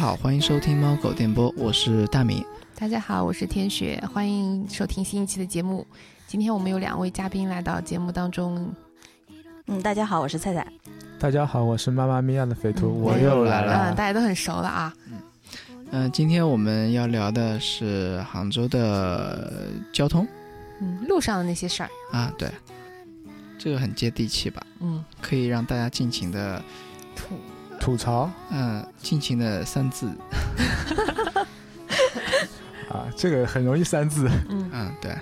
好，欢迎收听猫狗电波，我是大米。大家好，我是天雪，欢迎收听新一期的节目。今天我们有两位嘉宾来到节目当中，嗯，大家好，我是菜菜。大家好，我是妈妈咪呀的匪徒，嗯我又来嗯，了。大家都很熟了啊。嗯、今天我们要聊的是杭州的呃交通嗯，路上的那些事儿，啊，对，这个很接地气吧，嗯，可以让大家尽情的，土吐槽嗯、尽情的三字，啊，这个很容易三字。嗯嗯，对，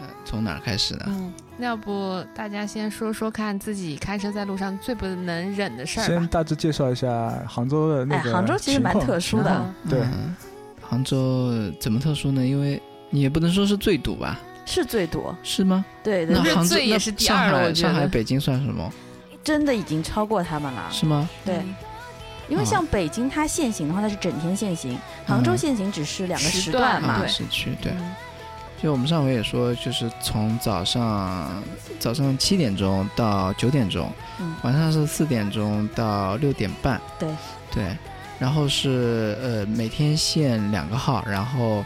呃，从哪儿开始呢？嗯，那要不大家先说说看自己开车在路上最不能忍的事儿先吧？大致介绍一下杭州的那哎，个杭州其实情蛮况特殊的，嗯，对嗯杭州怎么特殊呢？因为你也不能说是最堵吧，是最多，是吗？对对那对，杭州最也那是第上二了海我觉上海、得北京算什么？真的已经超过他们了。是吗？对，嗯因为像北京它限行的话，它是整天限行，杭州限行只是两个时时段段嘛嘛啊，对，市区对。嗯就我们上回也说，就是从早上早上七点钟到九点钟，嗯晚上是四点钟到六点半，对对，然后是呃每天限两个号，然后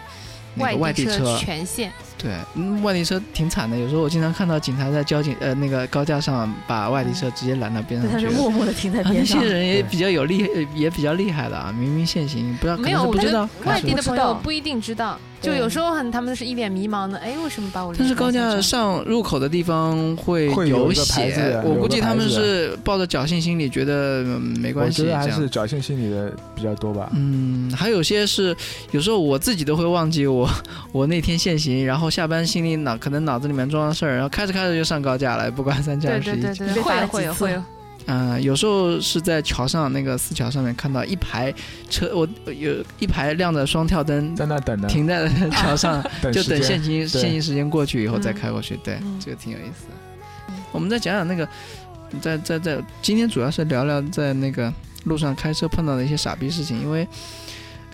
那个外地车，全线，对，嗯外地车挺惨的，有时候我经常看到警察在交警呃那个高架上把外地车直接拦到边对，它上去是。默默的停在啊，那边 上些。人也对比较有厉，呃也比较厉害的啊！明明限行，不知道可没能有是我不觉知得道，外还是地的朋不知友道不一定知道，就对有时候很他们是一脸迷茫的，哎，为什么把我？但是高架上，上入口的地方会会有有一个牌写，子的我有估个计他牌们子的啊是抱着侥幸心理，觉得、嗯没我关系觉这得还是样。侥幸心理的比较多吧。嗯，还有些是，有时候我自己都会忘记我 我那天限行，然后下班心里脑可能脑子里面装了事儿，然后开着开着就上高架了，不管三七对二十对一。对对，被会罚有了会几有次会有，嗯，有时候是在桥上那个四桥上面看到一排车，我有一排亮着双跳灯在那等呢，停在 桥上，等就时等间。限行对限行时间过去以后再嗯开过去，对，嗯这个挺有意思的。嗯我们再讲讲那个，在在在，今天主要是聊聊在那个路上开车碰到的一些傻逼事情，因为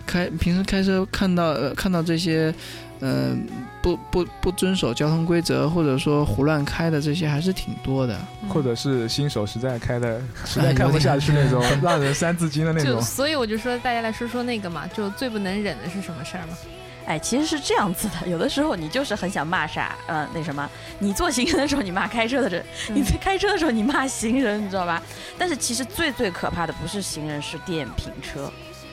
开平时开车看到呃看到这些，嗯、不不不遵守交通规则或者说胡乱开的这些还是挺多的。嗯或者是新手实在开的实哎在有开不点下去那种，嗯让人三字经的那就种。所以我就说，大家来说说那个嘛，就最不能忍的是什么事儿嘛？哎，其实是这样子的，有的时候你就是很想骂啥，呃，那什么，你做行人的时候你骂开车的人，你在开车的时候你骂行人，你知道吧？但是其实最最可怕的不是行人，是电瓶车，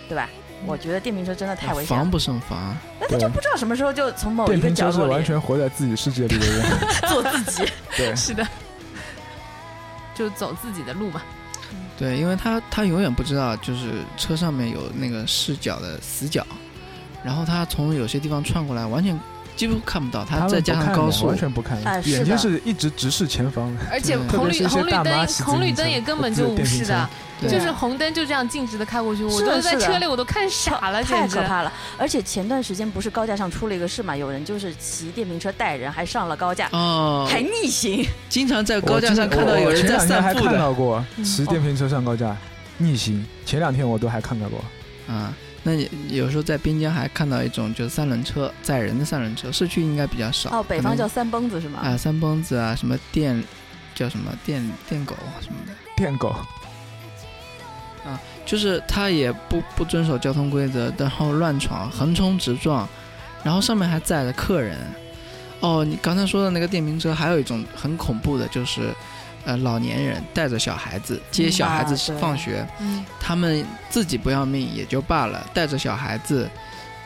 对吧？我觉得电瓶车真的太危险防了，不胜防，那他就不知道什么时候就从某电一个瓶角车是落完里全活在自己世界里的人。 做自己。对，是的，就走自己的路嘛。对，因为他他永远不知道，就是车上面有那个视角的死角，然后他从有些地方窜过来，完全几乎看不到。他们再不加上看高的速完，全不看的，哎是眼睛的是一直直视前方的。而且对红特别是绿一些红绿大妈灯，骑自行红绿车灯也根本自就无电瓶视车的，对就是红灯就这样径直的开过去，我是的都在是的车里我都看傻了，太简直可。怕了！而且前段时间不是高架上出了一个事嘛，有人就是骑电瓶车带人，还上了高架，哦，还逆行。经常在我高架上今天看到我有人前在两散天还步看的。到过嗯骑电瓶车上高架逆行，前两天我都还看到过。啊，那你有时候在滨江还看到一种就是三轮车载人的三轮车，市区应该比较少。哦，北可方能叫三蹦子是吗？哎啊三蹦子啊，什么电叫什么电电狗啊什么的。电狗就是他也不不遵守交通规则，然后乱闯、横冲直撞，然后上面还载着客人。哦，你刚才说的那个电瓶车，还有一种很恐怖的，就是，呃，老年人带着小孩子接小孩嗯子啊对放学，嗯，他们自己不要命也就罢了，带着小孩子，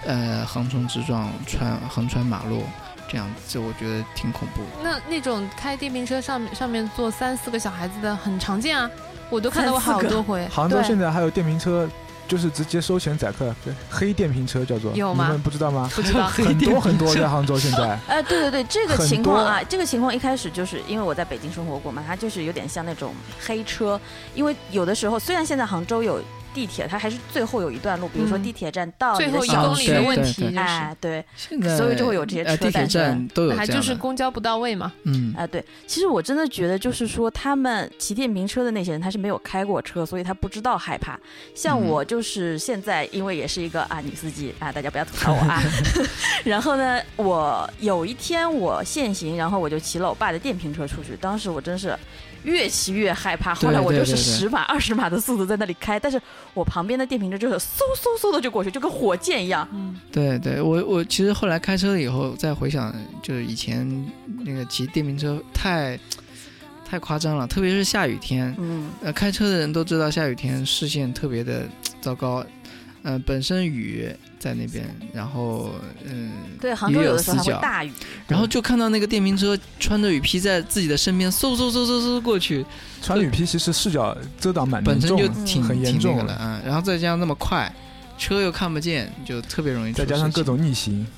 呃，横冲直撞穿横穿马路，这样子我觉得挺恐怖的。那那种开电瓶车上面上面坐三四个小孩子的很常见啊，我都看到过三四好个，多回。杭州对现在还有电瓶车，就是直接收钱载客，对，黑电瓶车叫做，有吗你们不知 道吗？不知道很多很多在杭州现在哎，对对对，这个很情况啊，这个情况一开始就是因为我在北京生活过嘛，它就是有点像那种黑车，因为有的时候虽然现在杭州有地铁，它还是最后有一段路，比如说嗯地铁站到最你的后一小公区里的问对题对就是，哎，对，现在所以就会有这些呃车地铁诞生站都有这还样的，就是公交不到位嘛。嗯，啊，对，其实我真的觉得，就是说他们骑电瓶车的那些人，他是没有开过车，所以他不知道害怕。像嗯我就是现在，因为也是一个啊女司机啊，大家不要吐槽我 啊。然后呢，我有一天我限行，然后我就骑了我爸的电瓶车出去，当时我真是越骑越害怕。对后来我就对是对对十码、二十码的速度在那里开，但是我旁边的电瓶车就是嗖嗖嗖的就过去，就跟火箭一样。嗯，对对，我我其实后来开车了以后，再回想，就是以前那个骑电瓶车太太夸张了，特别是下雨天。嗯，呃，开车的人都知道下雨天视线特别的糟糕，呃，本身雨在那边，然后嗯、对，杭州也有有的时候还死会角大雨。然后就看到那个电瓶车穿着雨披在自己的身边嗖嗖嗖嗖嗖过去，穿雨披其实视角遮挡蛮本啊严身重就的，挺、很严挺那重个的的，啊、嗯然后再加上那么快，车又看不见，就特别容易出再加上事各情种逆行，哎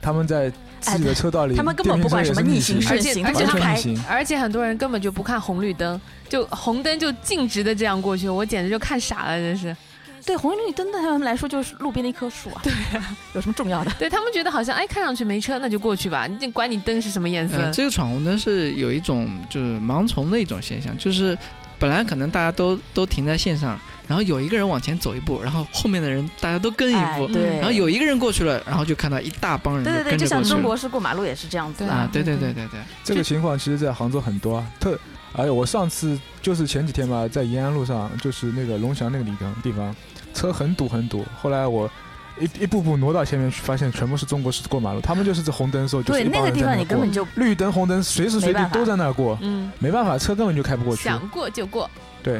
他们在自己的车道里，他们根本不管什么电瓶逆车也而且行顺行，是他而们且他就完是全排逆行，而且很多人根本就不看红绿灯，就红灯就径直的这样过去，我简直就看傻了，真是。对红绿灯对他们来说就是路边的一棵树啊。对有什么重要的？ 对他们觉得好像哎，看上去没车，那就过去吧， 你管你灯是什么颜色。嗯呃，这个闯红灯是有一种就是盲从的一种现象，就是本来可能大家都都停在线上，然后有一个人往前走一步，然后后面的人大家都跟一哎步，对，然后有一个人过去了，然后就看到一大帮人对对就对，跟就着像过去中了。国式过马路也是这嗯样子对的啊，对对对对对，这个情况其实，在杭州很多啊，特。哎呦，我上次就是前几天吧，在延安路上，就是那个龙翔那个地方地方，车很堵很堵。后来我一一步步挪到前面去，发现全部是中国式过马路，他们就是这红灯的时候，就是对一帮那个人地在方那你根过本就绿灯红灯随时没随地办法都在那儿过，嗯，没办法，车根本就开不过去。想过就 过。对，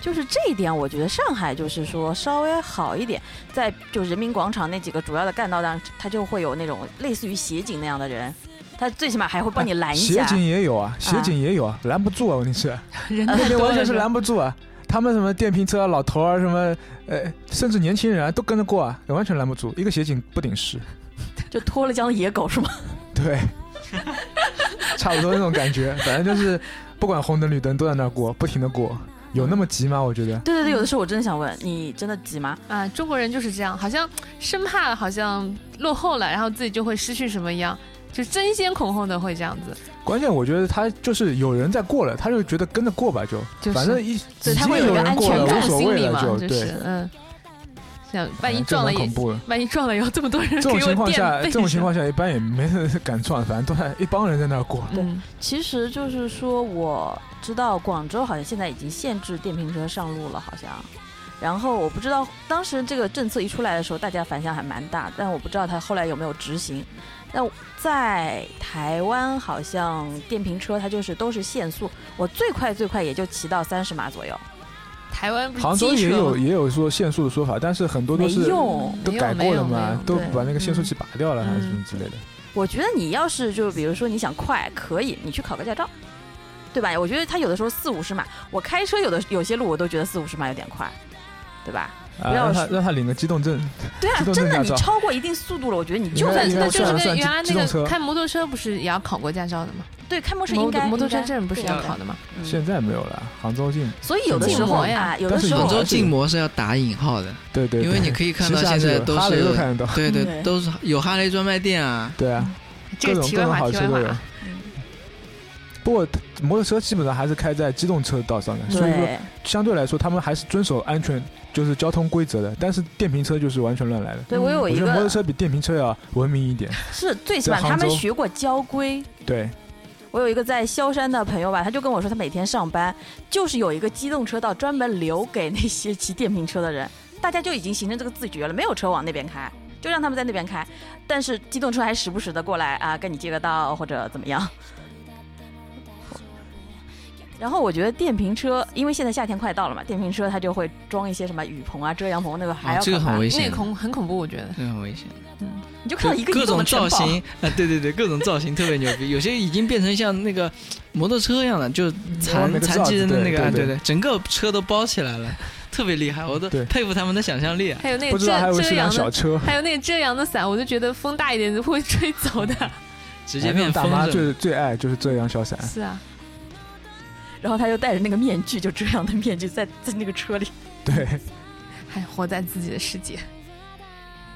就是这一点，我觉得上海就是说稍微好一点，在就人民广场那几个主要的干道上，它就会有那种类似于协警那样的人，他最起码还会帮你拦一协下。呃警也有啊，协警也有啊，拦不住啊，问题是人那太边多完全了是吧 拦不住啊。他们什么电瓶车啊、老头儿啊什么，呃，甚至年轻人啊都跟着过啊，完全拦不住。一个协警不顶事，就脱了缰的野狗是吗？ 对，差不多那种感 觉。反正就是不管红灯绿灯都在那儿过，不停的过，有那么急吗？我觉得对对对，有的时候我真的想问，你真的急吗？啊，中国人就是这样，好像生怕好像落后了，然后自己就会失去什么一样，就争先恐后的会这样子。关键我觉得他就是有人在过了，他就觉得跟着过吧，就、就是反正一对已他会经有一个人安过全了，无感所心谓理了嘛，就就是对，嗯，想万一哎这撞了蛮也恐，怖 的。万一撞了以后这么多人 这给我种情况垫下，背这种情上，况下一般也没人敢撞，反正都在一帮人在那儿过。嗯，其实就是说，我知道广州好像现在已经限制电瓶车上路了，好像。然后我不知道当时这个政策一出来的时候，大家反响还蛮大，但我不知道它后来有没有执行。那在台湾好像电瓶车它就是都是限速，我最快最快也就骑到三十码左右，台湾不是杭州机也车有吗也有说限速的说法，但是很多都没是用。都没有改没过有了没有嘛，都对把那个限速嗯器拔掉了还是什么嗯之类的。我觉得你要是就比如说你想快，可以你去考个驾照，对吧？我觉得它有的时候四五十码，我开车有的有些路我都觉得四五十码有点快，对吧？啊，不要让他说让他领个机动证，对啊自，动真的，驾你照超过一定速度了，我觉得你就应该算应该那那就算是了跟原来机那动车个开摩托车不是也要考过驾照的吗？对开摩托车摩应该摩托车应该证不是对要考的吗？嗯现在没有了，杭州境，所以有的时禁候摩呀啊，有的但是时杭有州候的禁摩是要打引号的，对对，因为对你可以看到时下现在是有都哈雷是都看得到，对对对都是有哈雷专卖店啊， 对啊，这各个种题各外种话，好题车外都话有啊，。不过摩托车基本上还是开在机动车道上的，所以说对，相对来说他们还是遵守安全就是交通规则的。但是电瓶车就是完全乱来的。对我有嗯我一觉得摩托个车比电瓶车要文明一点。是最起码在杭他们州学过交规。 对，啊我有一个在萧山的朋友吧，他就跟我说，他每天上班就是有一个机动车道专门留给那些骑电瓶车的人，大家就已经形成这个自觉了，没有车往那边开，就让他们在那边开，但是机动车还时不时的过来啊，跟你借个道或者怎么样。然后我觉得电瓶车，因为现在夏天快到了嘛，电瓶车它就会装一些什么雨棚啊、遮阳棚，那个还啊要、这个很危那险，恐很恐怖，我觉得。这个很危险。你就看到一个各一栋种的造城堡型 啊，对对对，各种造型特别牛逼，有些已经变成像那个摩托车一样了，就往那残个残罩疾子人的那对个，啊，对对对，整个车都包起来了，特别厉害，我都对佩服他们的想象力啊。还有那不个知道还有遮遮是辆阳小的， 车，还有那个遮阳的伞，我就觉得风大一点会吹走 的。直哎接那变种风大妈筝最最爱就是遮阳小 伞。是啊，然后他就戴着那个面具，就遮阳的面具在在那个车里。对，还活在自己的世界。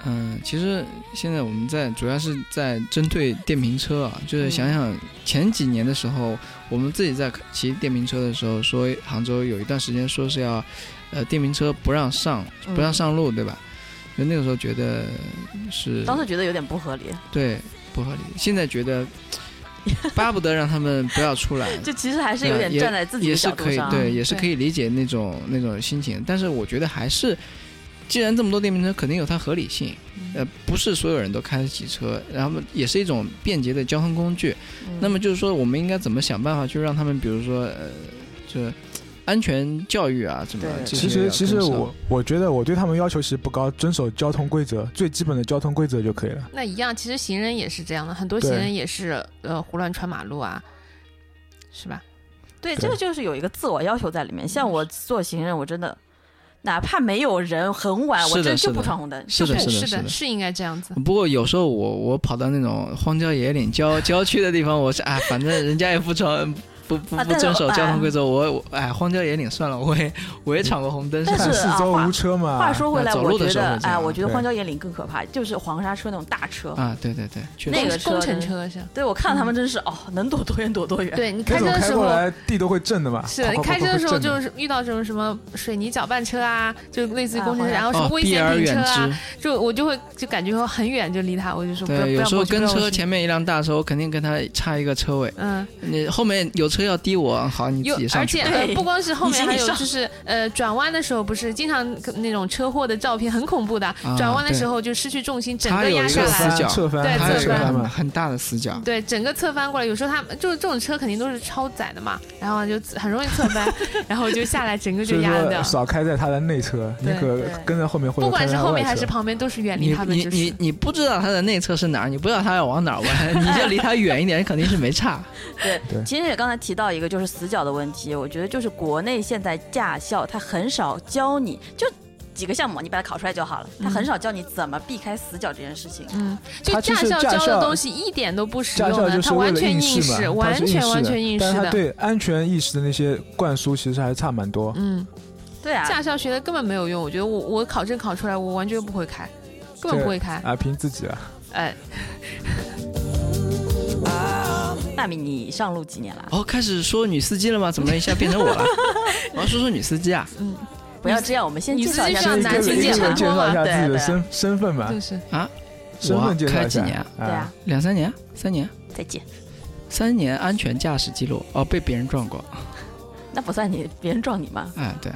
嗯，其实现在我们在主要是在针对电瓶车啊，就是嗯想想前几年的时候，我们自己在骑电瓶车的时候，说杭州有一段时间说是要，呃，电瓶车不让上，不让上路，对吧？就那个时候觉得是当时觉得有点不合理， 对不合理，现在觉得巴不得让他们不要出来。就其实还是有点对也站在自己也的是角度可以，上，对，也是可以理解那种那种心情。但是我觉得还是，既然这么多电瓶车，肯定有它合理性。嗯呃，不是所有人都开得起车，然后也是一种便捷的交通工具。嗯那么就是说，我们应该怎么想办法去让他们，比如说，呃，就安全教育啊，怎么对？这些其实要其实跟上我我觉得我对他们要求其实不高，遵守交通规则，最基本的交通规则就可以了。那一样，其实行人也是这样的，很多对行人也是呃胡乱穿马路啊，是吧？对，对这个就是有一个自我要求在里面。像我做行人，我真的哪怕没有人，很晚，是的我真是就的不闯红灯。是的，对是的，是是的。是应该这样嗯子。不过有时候我我跑到那种荒郊野岭、郊郊区的地方，我是啊， 反正人家也不遵不不啊不遵守但是交通规则，我我哎，荒郊野岭算了，我也我也闯过红灯但吧看是四啊周话无车嘛。话说回来，走路我的觉时候得会这哎，样我觉得对荒郊野岭更可怕，就是黄沙车那种大车。啊，嗯对对对，确那实个车工程车是。对，我看到他们真是哦，能躲多远躲多远。对你开那车种的开时过候，来地都会震的嘛。是哐哐你开哐车的哐时候震就是遇到这种什么水泥搅拌车啊，就类似于啊工程车，好然像后什么哦，危避险而停车远啊，之。就我就会就感觉很远就离他，我就说不要不对，有要时候过去，不跟要车过去前面一辆大车，我肯定跟他差一个车位。嗯，你后面有车要低我，好，你有自己上而去且吧。呃对不光是后你面自己还有上就是呃转弯的时候不是经常那种车祸的照片很恐怖的，啊转弯的对时候就失去重心，整它个有压一下个来死侧。角翻侧翻，对它还有有一侧个翻很嘛。很大的死角。对，整个侧翻过来，有时候他们就是这种车肯定都是超载的嘛，然后就很容易侧 翻，然后就下来，整个所就以压了说掉。少开在它的内侧，你对可对跟在后面或者不管开是在它后面外还侧是旁边，都是远离你他们你就你是。你不知道它的内侧是哪儿，你不知道它要往哪儿弯， 你就离它远一点，肯定是没差。对其实也刚才提到一个就是死角的问题，我觉得就是国内现在驾校它很少教你就。几个项目你把它考出来就好了，它嗯很少教你怎么避开死角这件事情。嗯，就他驾就是校驾教校的东西一点都不实驾用校的，就他是为完了全应应试试，嘛，完它是全完的全应但试是它的。对安全意识的那些灌输其实还差蛮多。嗯，对啊，驾校学的根本没有用，我觉得我我考证考出来，我完全不会开，根本对不会开。啊，凭自己啊，哎，大米你上路几年了？哦，开始说女司机了吗？怎么一下变成我 了？我要说说女司机啊。嗯不要这样，我们先你自介己绍一这下样先自己男给男性一介个绍人介嘛绍一下对啊自对己的啊身身份吧就，是身份介绍开一几下年啊。对啊，，两三年，三年，啊再见。三年安全驾驶记录哦，被别人撞过，那不算你，别人撞你 吗？哎，对，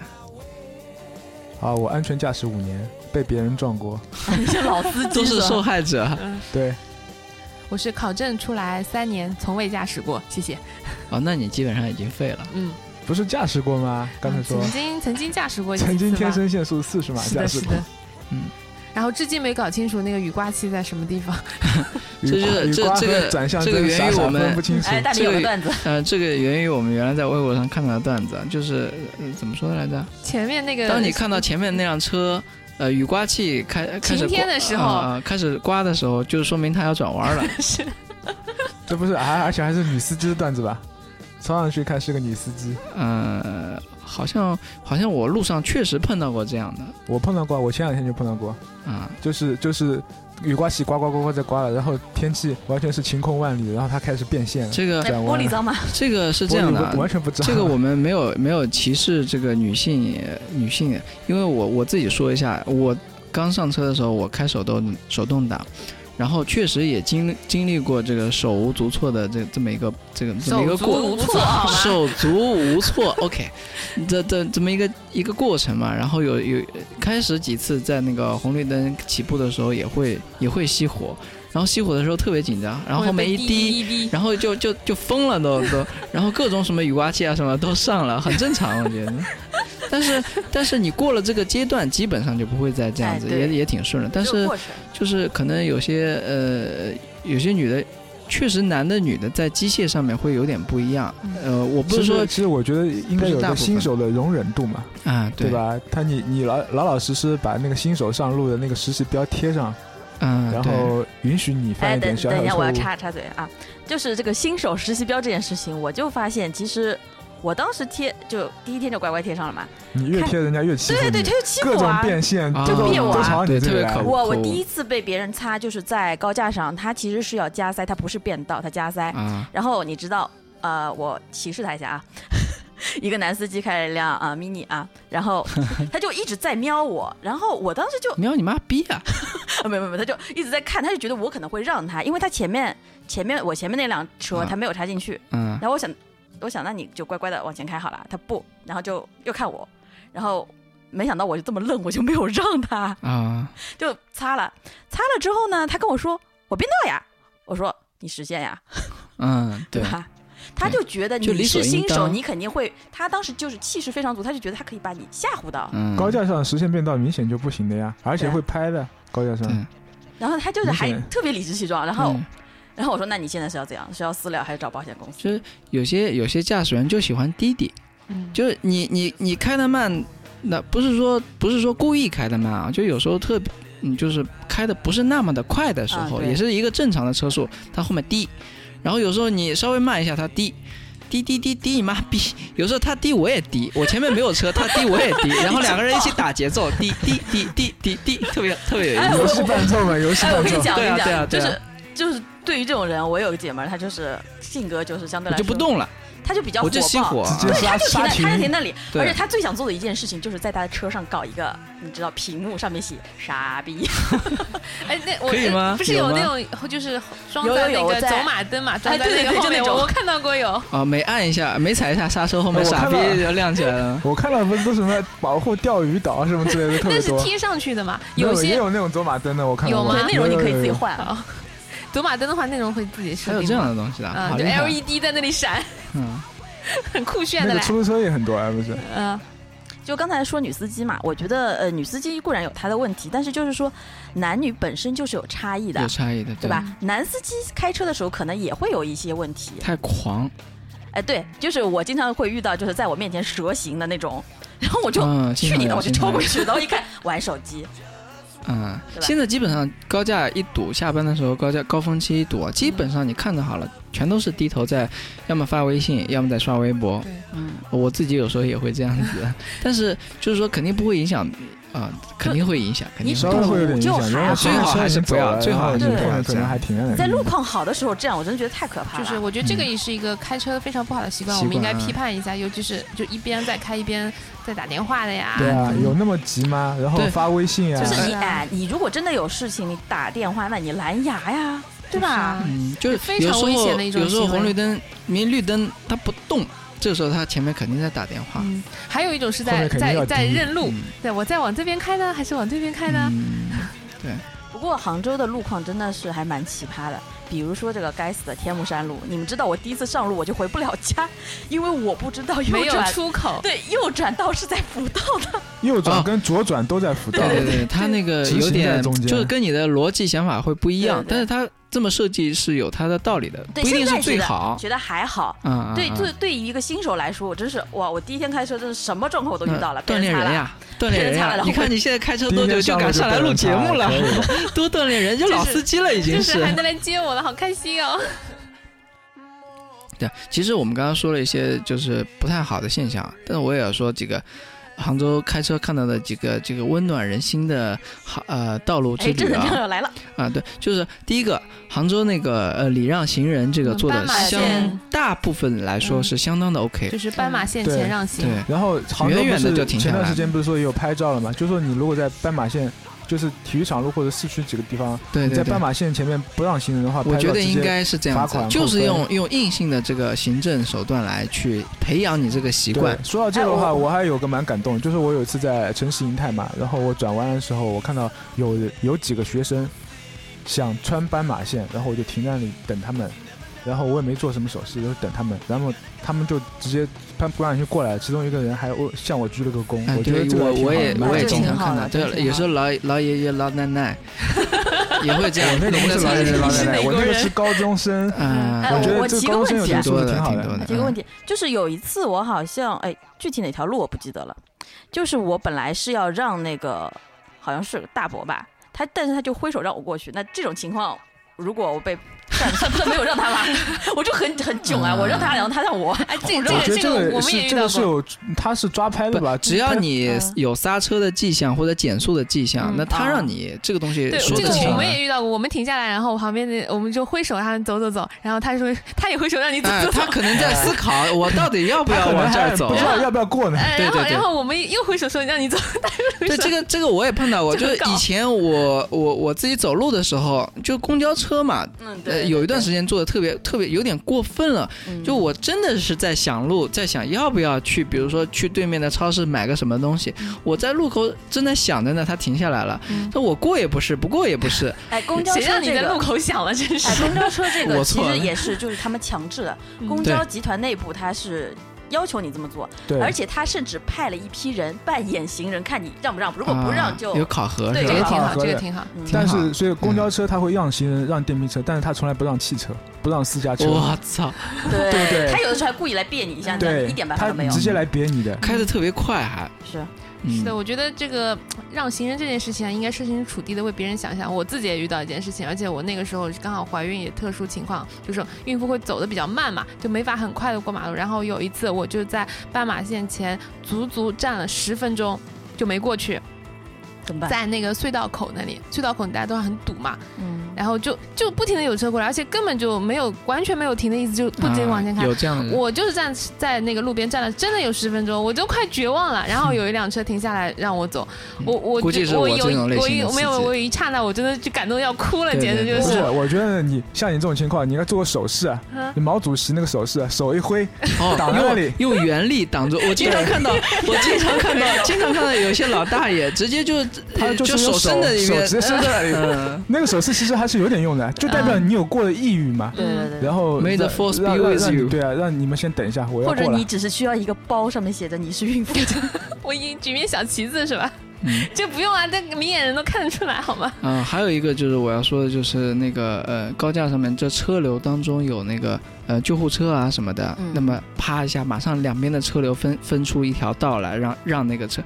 啊，我安全驾驶五年，被别人撞过，你是老司都机是受吧害者对，我是考证出来三年，从未驾驶过，谢谢。 哦，那你基本上已经废了。嗯，不是驾驶过吗？刚才嗯说曾经曾经驾驶过一次吧，曾经天生限速四十码是驾的，驶是过的，，嗯。然后至今没搞清楚那个雨刮器在什么地方。雨这刮是雨这刮这和个转向这个灯源傻于傻我们分不清楚，哎，大米这有个个段子，呃，这个源于我们原来在微博上看到的段子啊，就是、呃怎么说来着？前面那个，当你看到前面那辆车，呃，雨刮器开开始晴天刮的时候啊啊开始刮的时候，就说明它要转弯了。 这不是还而且还是女司机的段子吧？抄上去看是个女司机，呃，好像好像我路上确实碰到过这样的我碰到过，我前两天就碰到过，啊、就是就是雨刮器刮刮刮刮在刮了，然后天气完全是晴空万里，然后它开始变线，这哎个转弯玻璃脏吗？这个是玻这样璃的我完啊，全不知 道。这个我们没有没有歧视这个女性呃女性，因为我我自己说一下，我刚上车的时候我开手动手动挡。然后确实也经经历过这个手无足措的这这么一个这个这么一个手足过无措啊好吗手足无措，OK，这这这么一个一个过程嘛。然后有有开始几次在那个红绿灯起步的时候也会也会熄火，然后熄火的时候特别紧张，然后后面一滴，滴，然后就就就疯了都都，然后各种什么雨刮器啊什么都上了，很正常我 觉得。但是但是你过了这个阶段，基本上就不会再这样子，哎对也也挺顺了。但这个是过程就是可能有些呃，有些女的，确实男的女的在机械上面会有点不一样。嗯呃，我不其是实说其实我觉得应该有不是大部个分新手的容忍度嘛，啊，对对？吧？他你你老老老实实把那个新手上路的那个实习标贴上，嗯，然对后允许你犯哎，一等点小小等一的下，错误我要。插插嘴啊，就是这个新手实习标这件事情，我就发现其实我当时贴就第一天就乖乖贴上了嘛，你越贴人家越欺负对你，对，他就欺负各我种啊。变现，啊都别我都啊朝你对这特里别来可。我我口第一次被别人擦，就是在高架上，他其实是要加塞，他不是变道，他加嗯塞。啊，然后你知道，呃，我歧视他一下啊， 一个男司机开了一辆啊、呃 mini 啊，然后他就一直在瞄我，然后我当时就 喵你妈逼啊！啊，没有没有，他就一直在看，他就觉得我可能会让他，因为他前面前面我前面那辆车啊他没有插进去，嗯，然后我想我想那你就乖乖的往前开好了，他不，然后就又看我，然后没想到我就这么愣，我就没有让他，啊，就擦了，擦了之后呢，他跟我说我变道呀，我说你实现呀，嗯， 对，吧？他就觉得就你理所是应新手，当你肯定会。他当时就是气势非常足，他就觉得他可以把你吓唬到，嗯，高架上实线变道明显就不行的呀，而且对啊会拍的高架上。对，然后他就是明还显特别理直气壮。然后，嗯然后我说：“那你现在是要怎样？是要私了还是找保险公司就是有些有些驾驶员就喜欢滴滴，嗯，就是你你你开的慢，那不是说不是说故意开的慢啊，就有时候特别，嗯，就是开的不是那么的快的时候，啊对也是一个正常的车速，它后面滴，然后有时候你稍微慢一下，它滴。滴滴滴滴你妈逼！有时候他滴我也滴，我前面没有车，他滴我也 滴，然后两个人一起打节奏，滴滴滴滴滴滴，特别特别有意哎思。 游戏伴奏嘛，游？”戏哎，我伴跟你奏。讲，我对跟啊你讲，对就啊对是啊就是对于这种人，我有个姐们儿，她就是性格就是相对我来就说不，动了，她就比较我火就熄火爆。啊，直接杀她就停杀在，停她就停那里，对而且她最想做的一件事情就是在她的车上搞一个，你知道，屏幕上面写“傻逼哎，那我可以吗不是有有吗那种就是装有有在有那我个在哎走马灯嘛，装在对对那个对就后那面，种我我看到过有。啊，没按一下，没踩一下刹车，后面哎我傻看逼到了就亮起来了。我看到不是都什么保护钓鱼岛什么 之类的，特别那是多。贴上去的嘛，没有也些有那种走马灯的，我看到有”，过吗对，内容你可以自己。有有有换。好走马灯的话，内容会自己设还有定这样嘛的东西的，嗯啊，好就厉 E 害！ LED 在那里闪，嗯，很酷炫那的个嘞。出租车也很多啊，不是？嗯，就刚才说女司机嘛，我觉得呃，女司机固然有她的问题，但是就是说男女本身就是有差异的有，差异的，对吧？？男司机开车的时候可能也会有一些问题，太狂，哎，对，就是我经常会遇到，就是在我面前蛇行的那种， 然后我就、嗯，经去你常的，有我就经常冲过有去，然后一看玩手机，嗯，对吧现在基本上高架一堵，下班的时候高架高峰期一堵，基本上你看着好了，全都是低头在，要么发微信，要么在刷微博。对嗯，我自己有时候也会这样子，但是就是说肯定不会影响，啊，肯定会影响，肯定你会稍影微响。会有点影响，就然后还稍最微好还是不要稍微最好还走是了不要然后你这可能样还停在那里。在路况好的时候这样，我真的觉得太可怕了。就是我觉得这个也是一个开车非常不好的习惯，习我们应该惯啊批判一下，尤其是就一边在开一边在打电话的呀。对啊，有那么急吗？然后嗯对发微信啊就，嗯是是你啊哎，你如果真的有事情，你打电话，那你蓝牙呀，对吧？是啊嗯，就是非有常时候危险的一种有时候行为红绿灯、明绿灯它不动，这时候它前面肯定在打电话。嗯，还有一种是后在面肯定在要在低认路，嗯对我在往这边开呢，还是往这边开呢？嗯不过杭州的路况真的是还蛮奇葩的，比如说这个该死的天目山路，你们知道我第一次上路我就回不了家，因为我不知道右没有转，出口，对，右转道是在辅道的，右哦转跟左转都在辅道啊对，对对，它那个直行有在点中间就是跟你的逻辑想法会不一样，对对但是它这么设计是有它的道理的，不对，一定现在是觉最得好。觉得还好。嗯，嗯对，哦嗯对，对于一个新手来说，我真是哇！我第一天开车，真是什么状况我都遇到了，嗯锻炼人呀，锻炼人别人擦呀了！你看你现在开车第一多久就天上路敢上来录节目被人了查？可以的 多锻炼人，就老司机了已经就是还 能来接我了，好开心哦！对，其实我们刚刚说了一些就是不太好的现象，但是我也要说几个杭州开车看到的几个这个温暖人心的好呃道路哎，之真旅的啊真。的来了，啊，对，就是第一个，杭州那个呃礼让行人这个嗯做的斑马相线大部分来说嗯是相当的 OK，、就是斑马线对前让行，对，然后杭州远远不地就是停前下段来时间不是说也有拍照了嘛？就说你如果在斑马线，就是体育场路或者市区几个地方，对你在对斑对。马线前面不让行人的话，我拍觉得照直应接该是这样罚子款，就是扣分用用硬性的这个行政手段来去培养你这个习对惯。说到这个的哎话，我我还有个蛮感动，就是我有一次在城市银泰嘛，然后我转弯的时候，我看到有有几个学生想穿斑马线，然后我就停在那里等他们，然后我也没做什么手势，就是等他们，然后他们就直接他不让你过来，其中一个人还我向我鞠了个躬，哎我觉对得这个我我也挺我好也的这个经挺常好看的到，这个对，挺有好时候老老爷爷老奶 奶也会这样我，那个不是老老爷爷爷爷老奶奶奶，奶啊我那个是高中生。嗯，哎我觉我得这提个个高问中生有题这啊挺个素多质的，挺好挺的多。的。提个嗯问题，就是有一次我好像哎，具体哪条路我不记得了，就是我本来是要让那个好像是大伯吧，他但是他就挥手让我过去，那这种情况如果我被算了算 了算了，没有让他拉，我就很很囧啊，嗯我让他，然后他让我，哎，这我这觉得个这个个我们也是遇这到个是过，有，他是抓拍的吧？不，只要他你嗯有刹车的迹象或者减速的迹象，嗯那他啊让你这个东西对说这得个清啊我了们也遇到过，我们停下来，然后旁边的我们就挥手让他走走走，然后他说他也挥手让 你走哎走，走他，可能在思考，我到底要不他要可能往这还儿走不？知道要不要过呢？哎，然后对对对然后我们又挥手说让你走，对，这个这个我也碰到过，这就个是以搞前我我我自己走路的时候，就公交车嘛，嗯，呃，有一段时间坐的特别特别有点过分了，嗯间就我真的是在想路，在想要不要去，比如说去对面的超市买个什么东西，嗯我在路口正在想着呢，他停下来了，那我过也不是，不过也不 是，哎，公交谁车让你这在路个。口想了，真哎，是。公交车这个我其错了实也是，就是他们强制的。嗯公交集团内部它是要求你这么做，对，而且他甚至派了一批人扮演行人，看你让不让。如果不让就啊有考核对是吧这个有？挺考好，核这个的挺好。嗯但挺好是所以公交车它会让行人、让电瓶车，但是它从来不让汽车，不让私家车。我操，对对不对他有的时候还故意来别你一下，但对，你一点办法都没有他。直接来别你的。开的特别快还，是，嗯是的，我觉得这个让行人这件事情啊，应该设身处地的为别人想想。我自己也遇到一件事情，而且我那个时候刚好怀孕，也特殊情况，就是孕妇会走的比较慢嘛，就没法很快的过马路。然后有一次，我就在斑马线前足足站了十分钟。就没过去，怎么办？在那个隧道口那里，隧道口大家都很堵嘛，嗯，然后就就不停的有车过来，而且根本就没有完全没有停的意思，就不停啊往前开。有这样的人，我就是站在那个路边站了，真的有十分钟，我都快绝望了。然后有一辆车停下来让我走，嗯我我估计是我有这种类我型的有没有刺激我有一刹那我真的就感动要哭了，对简直对就不对是，是。我觉得你像你这种情况，你应该做个手势啊，嗯你毛主席那个手势啊，手一挥，哦挡在那里用用原力挡住。我经常看到， 我经常看到，经常看到有些老大爷直接就他就是用手手伸在里手面直，接伸在那里。 嗯，那个手势其实还是有点用的，啊就代表你有过的抑郁嘛。对对对。然后 May the 让 force 让 be 让 with 让 you 对啊，让你们先等一下，我要或者过来你。只是需要一个包，上面写着你是孕 妇，我一举面小旗子是吧？嗯这不用啊，这明眼人都看得出来好吗？嗯，还有一个就是我要说的就是那个呃高架上面这车流当中有那个呃救护车啊什么的，嗯那么啪一下，马上两边的车流分分出一条道来，让让那个车。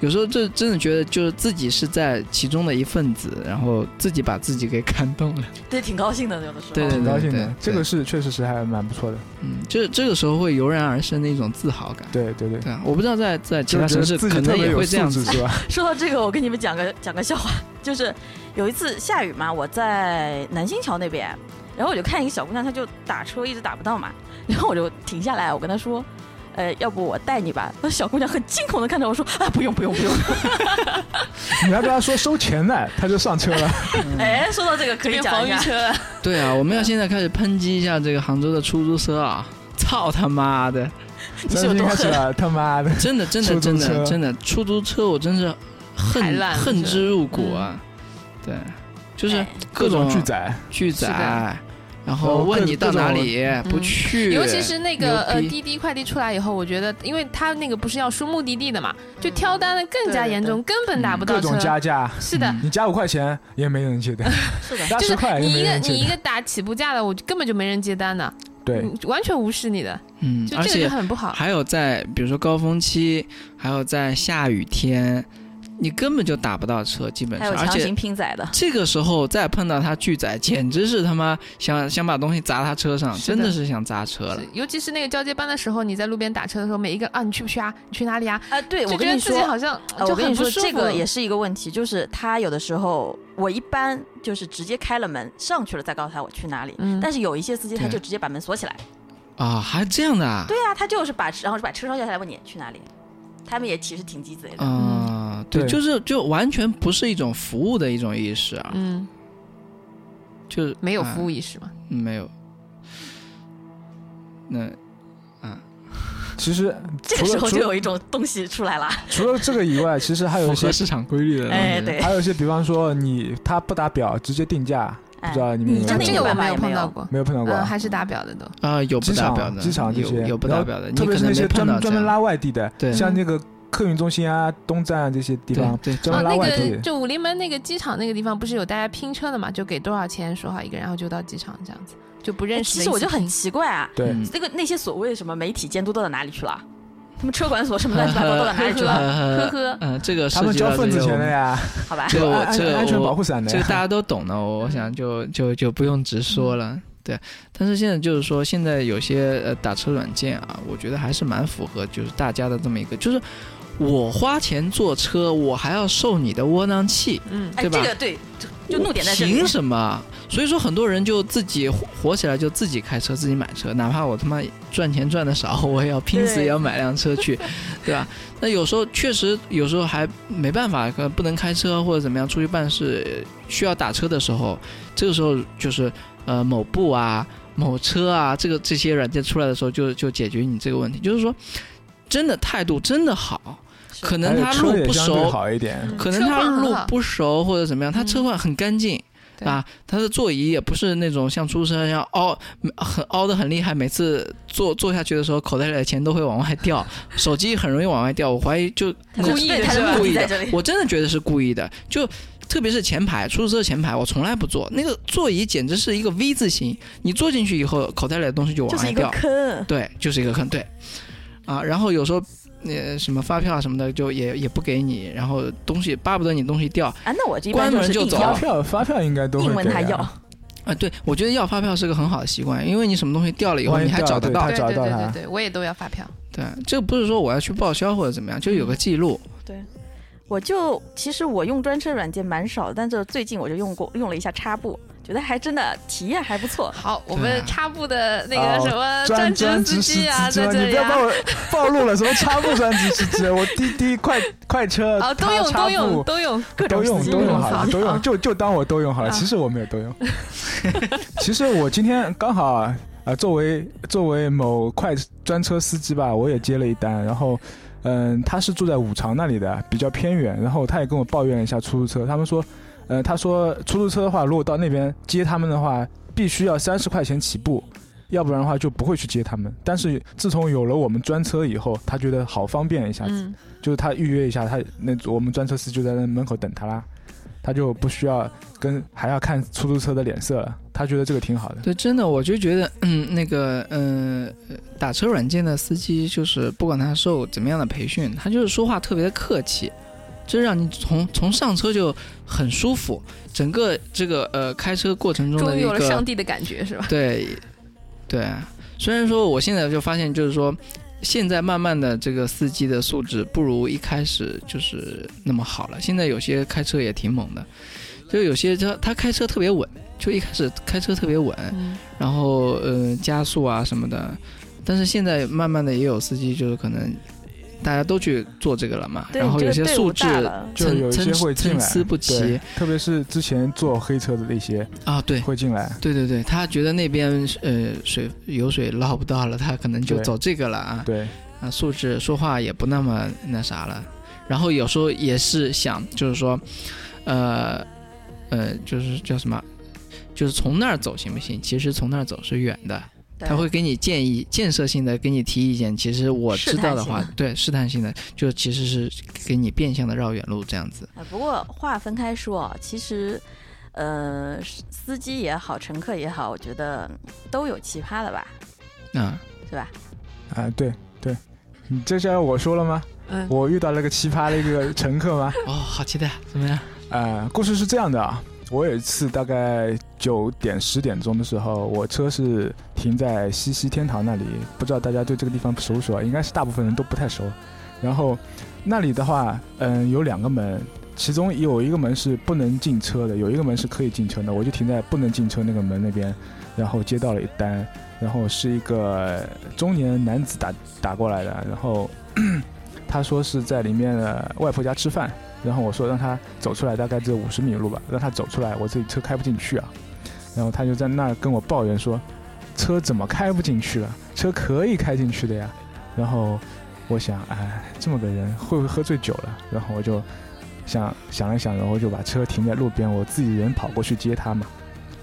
有时候就真的觉得就是自己是在其中的一份子，然后自己把自己给 感动了。对，挺高兴的，有的时候。对对挺高兴对的对，这个是确实是还蛮不错的。嗯，这这个时候会油然而生的一种自豪感。对对对，对啊，我不知道在在其就他是觉城得市自己可特能别也有会这样素质子。是吧？ 说到这个，我跟你们讲个讲个笑话，就是有一次下雨嘛，我在南新桥那边，然后我就看一个小姑娘，她就打车一直打不到嘛， 然后我就停下来，我跟她说。呃，要不我带你吧？那小姑娘很惊恐的看着我说：“ 啊，不用不用不用。你还跟他说收钱呢，他就上车 了。”哎，说到这个可以变讲黄一鱼下，车了，对啊，我们要现在开始抨击一下这个杭州的出租车啊！操他妈的！你是有真多开始狠？了，他妈的！真的真的出租真车的真的，出租车我真是太恨烂了恨是之入骨啊！对，就是哎各种拒载，拒是载的，然然后后问各你到各种嗯哪里不去，尤其是那个呃牛逼滴滴快递出来以后，我觉得，因为他那个不是要输目的地的嘛，嗯就挑单的更加严重，根本打不各到车种。加价，是的，嗯你加五块钱也没人接 单，是的，加就十 是块也你没一个人接你一单。个打起步价的，我就根本就没人接单的，对，嗯完全无视你的，嗯，就而这个且就很不好。还有在比如说高峰期，还有在下雨天，你根本就打不到车，基本还上，有而强且行拼载的，这个时候再碰到他拒载，简直是他妈想想把东西砸他车上，是的真的是想砸车了是。尤其是那个交接班的时候，你在路边打车的时候，每一个啊，你去不去啊？你去哪里啊？啊，对，我就觉跟得你自说己，好像呃就我跟很你不说，舒服。这个也是一个问题，就是他有的时候，我一般就是直接开了门上去了，再告诉他我去哪里。嗯但是有一些司机他对就直接把门锁起来。啊，还这样的啊？对啊，他就是把然后就把车上下来问你去哪里，他们也其实挺鸡贼的。嗯啊，对，对就是就完全不是一种服务的一种意识啊，嗯，就是没有啊服务意识嘛。没有。那啊，其实这除个时了候除就了有一种东西出来了，除了这个以外，其实还有符一些合，市场规律的东西，哎，对，还有一些，比方说你他不打表直接定价，哎不知道你们有你没真有的这个碰我没有碰办法也没到到有过，没有碰到过嗯，啊？还是打表的都。啊，有不机达场标的，机场这有些有不然达后标的，你特别可能是那没些碰专到这专门样拉外地的，对像那个客运中心啊、东站啊这些地对方，对哦，专门拉那外地个的。就武林门那个机场那个地方，不是有大家拼车的嘛？就给多少钱说好一个，然后就到机场这样子，就不认识的一起拼。哎其实我就很奇怪啊，对，嗯那个那些所谓什么媒体监督都到哪里去了？他们车管所什么乱七八糟都到哪里去 了？呵呵，呵，嗯，这个他涉们及交到份这子个钱我的们呀，好吧，这个我安这个安全我保护伞的这个大呀。家都懂的，我我想就就就不用直说了。对，但是现在就是说，现在有些呃打车软件啊，我觉得还是蛮符合就是大家的这么一个，就是我花钱坐车，我还要受你的窝囊气，嗯，哎，对吧这个对，就就怒点在这里凭。什么？所以说很多人就自己火火起来，就自己开车，自己买车，哪怕我他妈赚钱赚的少，我也要拼死对也要买辆车去， 对吧？那有时候确实有时候还没办法，可能不能开车或者怎么样出去办事，需要打车的时候，这个时候就是呃某步啊、某车啊，这个这些软件出来的时候就，就解决你这个问题，就是说真的态度真的好，是可能他路不相对熟，好一点，可能他嗯车况很路好嗯不熟或者怎么样，他车况很干净。对啊，他的座椅也不是那种像出租车一样凹，很凹的很厉害，每次坐坐下去的时候，口袋里的钱都会往外掉，手机很容易往外掉。我怀疑就故意对的他是吧的目故的意在这的里，，我真的觉得是故意的。就特别是前排出租车前排，我从来不坐，那个座椅简直是一个 V 字形，你坐进去以后，口袋里的东西就往就是外一个掉。坑。对，就是一个坑，对，啊，然后有时候呃什么发票啊什么的就也也不给你，然后东西巴不得你东西掉啊，那我这一关般门是就硬走发要了票发票应该都硬会问给他啊 要，啊，对我觉得要发票是个很好的习惯，因为你什么东西掉了以后万一你还掉啊找了得对到他，对找对到对他对对，我也都要发票。对，这不是说我要去报销或者怎么样，就有个记录，我就其实我用专车软件蛮少的，但是最近我就用过用了一下插步，觉得还真的体验还不错。好，我对们啊插部的那个什么专职专司职机啊，司在这你不里要把啊，我 暴露了，什么插步专职司机，我滴滴快快车啊，都他用插都步用都用，各都种用司机都用好好了，都用就就当我都用好了。啊其实我没有都用。 其实我今天刚好啊，啊作为作为某快专车司机吧，我也接了一单。然后，嗯，他是住在五常那里的，比较偏远。然后他也跟我抱怨了一下出租车，他们说，呃，他说出租车的话，如果到那边接他们的话，必须要三十块钱起步。要不然的话就不会去接他们。但是自从有了我们专车以后，他觉得好方便一下子。嗯，就是他预约一下，他那我们专车司机就在那门口等他啦，他就不需要跟还要看出租车的脸色了，他觉得这个挺好的。对，真的，我就觉得，嗯，那个，嗯、呃，打车软件的司机，就是不管他受怎么样的培训，他就是说话特别的客气，这让你从从上车就很舒服。整个这个呃开车过程中终的于一有了个上帝的感觉是吧？ 对对，虽然说我现在就发现，就是说现在慢慢的这个司机的素质不如一开始就是那么好了。现在有些开车也挺猛的，就有些他他开车特别稳，就一开始开车特别稳。嗯，然后呃加速啊什么的。但是现在慢慢的也有司机，就是可能大家都去做这个了嘛，对然后这有个些队伍素质大了就有参一些参会进参来，差不齐对，特别是之前坐黑车的那些啊，对。会进来。对对对，他觉得那边呃水有水捞不到了，他可能就对走这个了啊对，啊，素质说话也不那么那啥了，然后有时候也是想就是说，呃呃，就是叫什么，就是从那儿走行不行？其实从那儿走是远的，对他会给你建议，建设性的给你提意见。其实我知道的话试探性，对试探性的，就其实是给你变相的绕远路这样子。啊，不过话分开说啊，其实，呃，司机也好，乘客也好，我觉得都有奇葩的吧，啊、是吧？啊，对对，你这是要我说了吗？嗯我遇到了个奇葩的一个乘客吗？哦，好期待，怎么样？啊，故事是这样的啊，我有一次大概九点十点钟的时候，我车是停在西溪天堂那里，不知道大家对这个地方熟不熟啊？应该是大部分人都不太熟。啊然后那里的话，嗯，有两个门，其中有一个门是不能进车的，有一个门是可以进车的。我就停在不能进车那个门那边，然后接到了一单，然后是一个中年男子打打过来的，然后 他说是在里面的外婆家吃饭。然后我说让他走出来，大概只有五十米路吧，让他走出来，我自己车开不进去啊。然后他就在那儿跟我抱怨说，车怎么开不进去了？车可以开进去的呀。然后我想，哎，这么个人会不会喝醉酒了？然后我就想想了想，然后就把车停在路边，我自己人跑过去接他嘛。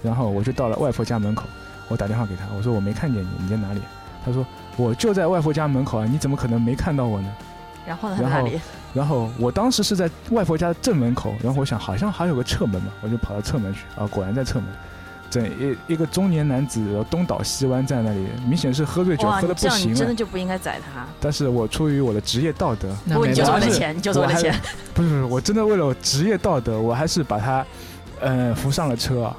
然后我就到了外婆家门口，我打电话给他，我说我没看见你，你在哪里？他说我就在外婆家门口啊，你怎么可能没看到我呢？然后呢，他然哪后里？然后我当时是在外婆家正门口，然后我想好像还有个侧门嘛，我就跑到侧门去啊，果然在侧门。整一一个中年男子然后东倒西歪在那里，明显是喝醉酒，哇，喝你的这不样你行真了的。就不应该宰他。但是我出于我的职业道德，那不过没你就办法是为了我还钱，你就是为我了还钱。不是不是，我真的为了我职业道德，我还是把他，呃，扶上了车啊。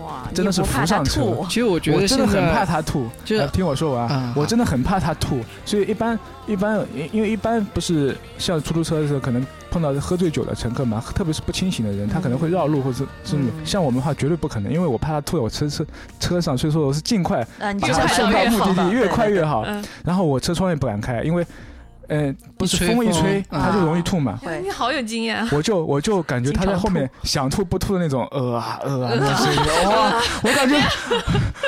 哇，啊，真的是你不怕浮上它车吐其实我觉我得真现的在很怕他吐，就是哎听我说完啊我真的很怕他吐，所以一般一般，因因为一般不是像出租车的时候，可能碰到喝醉酒的乘客嘛，特别是不清醒的嗯人，他可能会绕路或者是是嗯像我们的话绝对不可能，因为我怕他吐在我车车车上，所以说我是尽快啊，你把就他快送到越目的地，越快越好。嗯，然后我车窗也不敢开，因为嗯，不是一吹风一风吹，啊他就容易吐嘛。对哎你好有经验 啊！我就我就感觉他在后面想吐不吐的那种，呃啊 呃啊，那声音哇，我感觉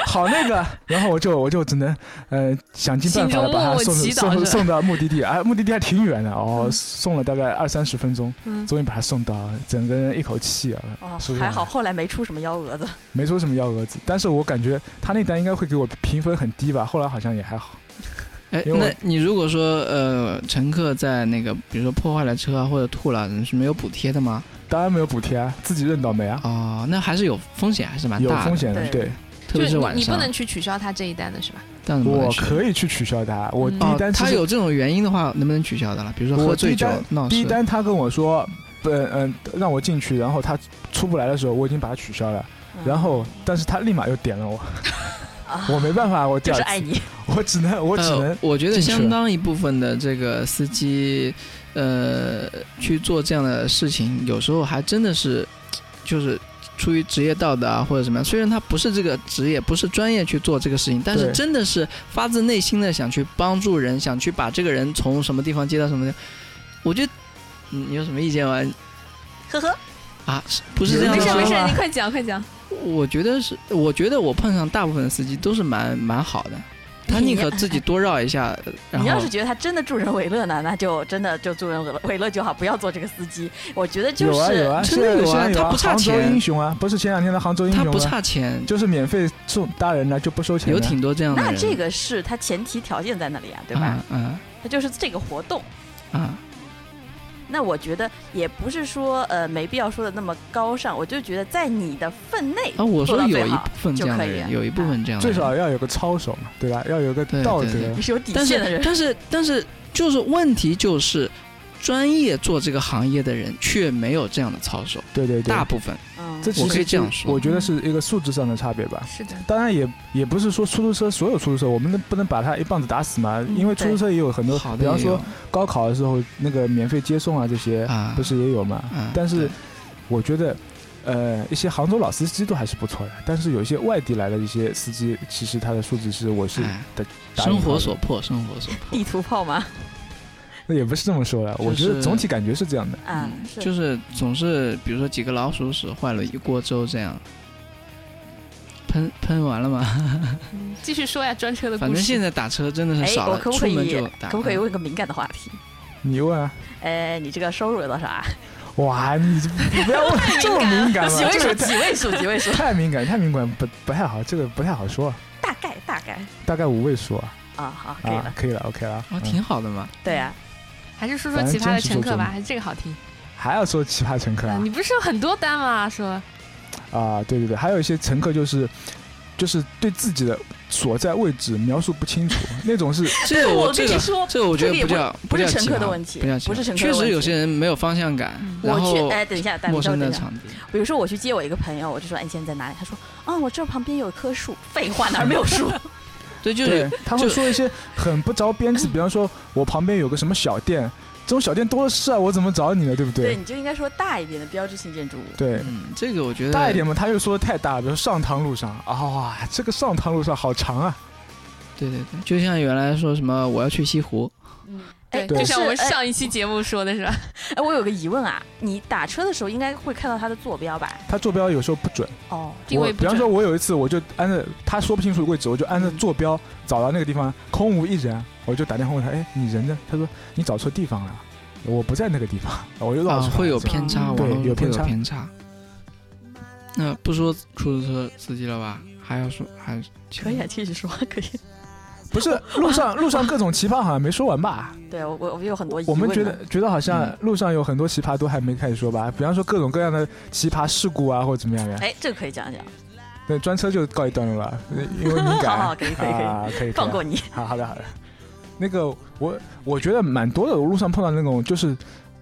好那个，然后我就我就只能呃想尽办法的把他送心中默默祈祷送是吧送到目的地，哎，目的地还挺远的哦，送了大概二三十分钟，嗯，终于把他送到，整个人一口气啊，哦舒，服还好后来没出什么幺蛾 子。没出什么幺蛾子，但是我感觉他那单应该会给我评分很低吧，后来好像也还好，哎，因为那你如果说呃，乘客在那个比如说破坏了车啊或者吐了，你是没有补贴的吗？当然没有补贴啊，自己认倒霉啊，哦，那还是有风险，还是蛮有大的，风险的，对对，特别是晚你上不。能去取消他这一单的是吧？但我以。可以去取消他，我第嗯一哦单，其他实有这种原因的话，能不能取消的了？比如说我喝醉第一酒单闹第一事。单他跟我说，嗯嗯、让我进去，然后他出不来的时候，我已经把他取消了。嗯然后，但是他立马又点了我，啊 我没办法，我第就二是次爱你，我只能我只能呃，我觉得进去相了当一部分的这个司机，呃，去做这样的事情，有时候还真的是，就是出于职业道德啊，或者什么样。虽然他不是这个职业，不是专业去做这个事情，但是对真的是发自内心的想去帮助人，想去把这个人从什么地方接到什么地方。我觉得，嗯，你有什么意见吗？呵呵，啊，是不是这样没的有事人说没事法，你快讲快讲。我觉得是，我觉得我碰上大部分司机都是蛮蛮好的，他宁可自己多绕一下。然你要后是觉得他真的助人为乐呢，那就真的就助人为乐为乐就好，不要做这个司机。我觉得就有啊是有啊，真现的在有啊现在有他不差杭州钱英雄啊，不是前两天的杭州英他雄不吗？差钱，就是免费送大人来就不收钱有的，挺多这样的那嗯人。这个是他前提条件在那里啊，对吧？啊啊他就是这个活动。啊！那我觉得也不是说呃没必要说的那么高尚，我就觉得在你的分内啊，我说做到有最一好部分这就样可的以啊了人，有一部分这样的最人，少要有个操守嘛，对吧？要有个对道对对德你。是有底但线的是人。但是但是就是问题就是，专业做这个行业的人却没有这样的操守，对对对大，部分嗯这，其我可以实这样是说嗯我觉得是一个素质上的差别吧。是的，当然也也不是说出租车所有出租车，我们能不能把它一棒子打死嘛？嗯因为出租车也有很多好，的比方也有说高考的时候那个免费接送啊这些，啊，不是也有嘛？啊，但是对我觉得，呃，一些杭州老司机都还是不错的，但是有一些外地来的一些司机，其实他的素质是我是哎的，打引生号活的所迫，生活所迫地图炮吗？那也不是这么说的，我觉就是得总体感觉嗯是这样的。啊，是就是总是比如说几个老鼠屎坏了一锅粥这样。喷喷完了吗？哎嗯继续说呀，专车的故事。反正现在打车真的是哎，少我了，可不可出门以就打。啊可不可以问个敏感的话题？你问啊，哎，你这个收入有多少啊？哇，你你不要问这么敏 感几吗？位这数？个太几位数？几位数？太敏感，太敏感，不不太好，这个不太好说，大概大概大概五位数啊，啊，好，可以啊了。，可以了，OK 了，哦，嗯挺好的嘛。对啊，还是说说奇葩的乘客吧，还是这个好听。还要说奇葩乘客啊呃嗯，你不是有很多单吗？说啊，对对对，还有一些乘客就是，就是对自己的所在位置描述不 清楚，那种是这个我这跟你个说，这个我觉得这个也不叫不叫是乘客奇葩的问题不叫奇葩不是乘客确的问实题有些人没有方向感，然我去，后哎，等一下，等陌一下，生的等一下。场地，比如说我去接我一个朋友，我就说，哎，你现在在哪里？他说，啊，我这旁边有一棵树。废话，哪儿没有 树？对，就是对，他会就说一些很不着边际，比方说我旁边有个什么小店，这种小店多的是啊，我怎么找你呢？对不对，对？你就应该说大一点的标志性建筑物。对，嗯，这个我觉得大一点嘛，他又说的太大了，比如上塘路上啊，哇，这个上塘路上好长啊，对对对，就像原来说什么我要去西湖，嗯，哎，对，就但是像我们哎上一期节目说的是吧？哎，我有个疑问啊，你打车的时候应该会看到它的坐标吧？他坐标有时候不准。哦，定位我不比方准说，我有一次我就按照他说不清楚位置，我就按照嗯坐标找到那个地方空无一人，我就打电话问他，哎，你人呢？他说你找错地方了，我不在那个地方，我又绕啊，出来了会有这样偏差，嗯网对络会有有偏差偏差。那不说出租车司机了吧，还要说还可以啊，继续说，可以。不是路上路上各种奇葩好像没说完 吧？ 对我，我我有很多疑我问呢。们觉得觉得好像嗯路上有很多奇葩都还没开始说吧，比方说各种各样的奇葩事故啊，或者怎么样的。哎，这个可以讲一讲，那专车就告一段落了，因为敏好感。好可哦以可以可以啊，可以可以放过 你。好好的好的，那个我我觉得蛮多的，我路上碰到那种就是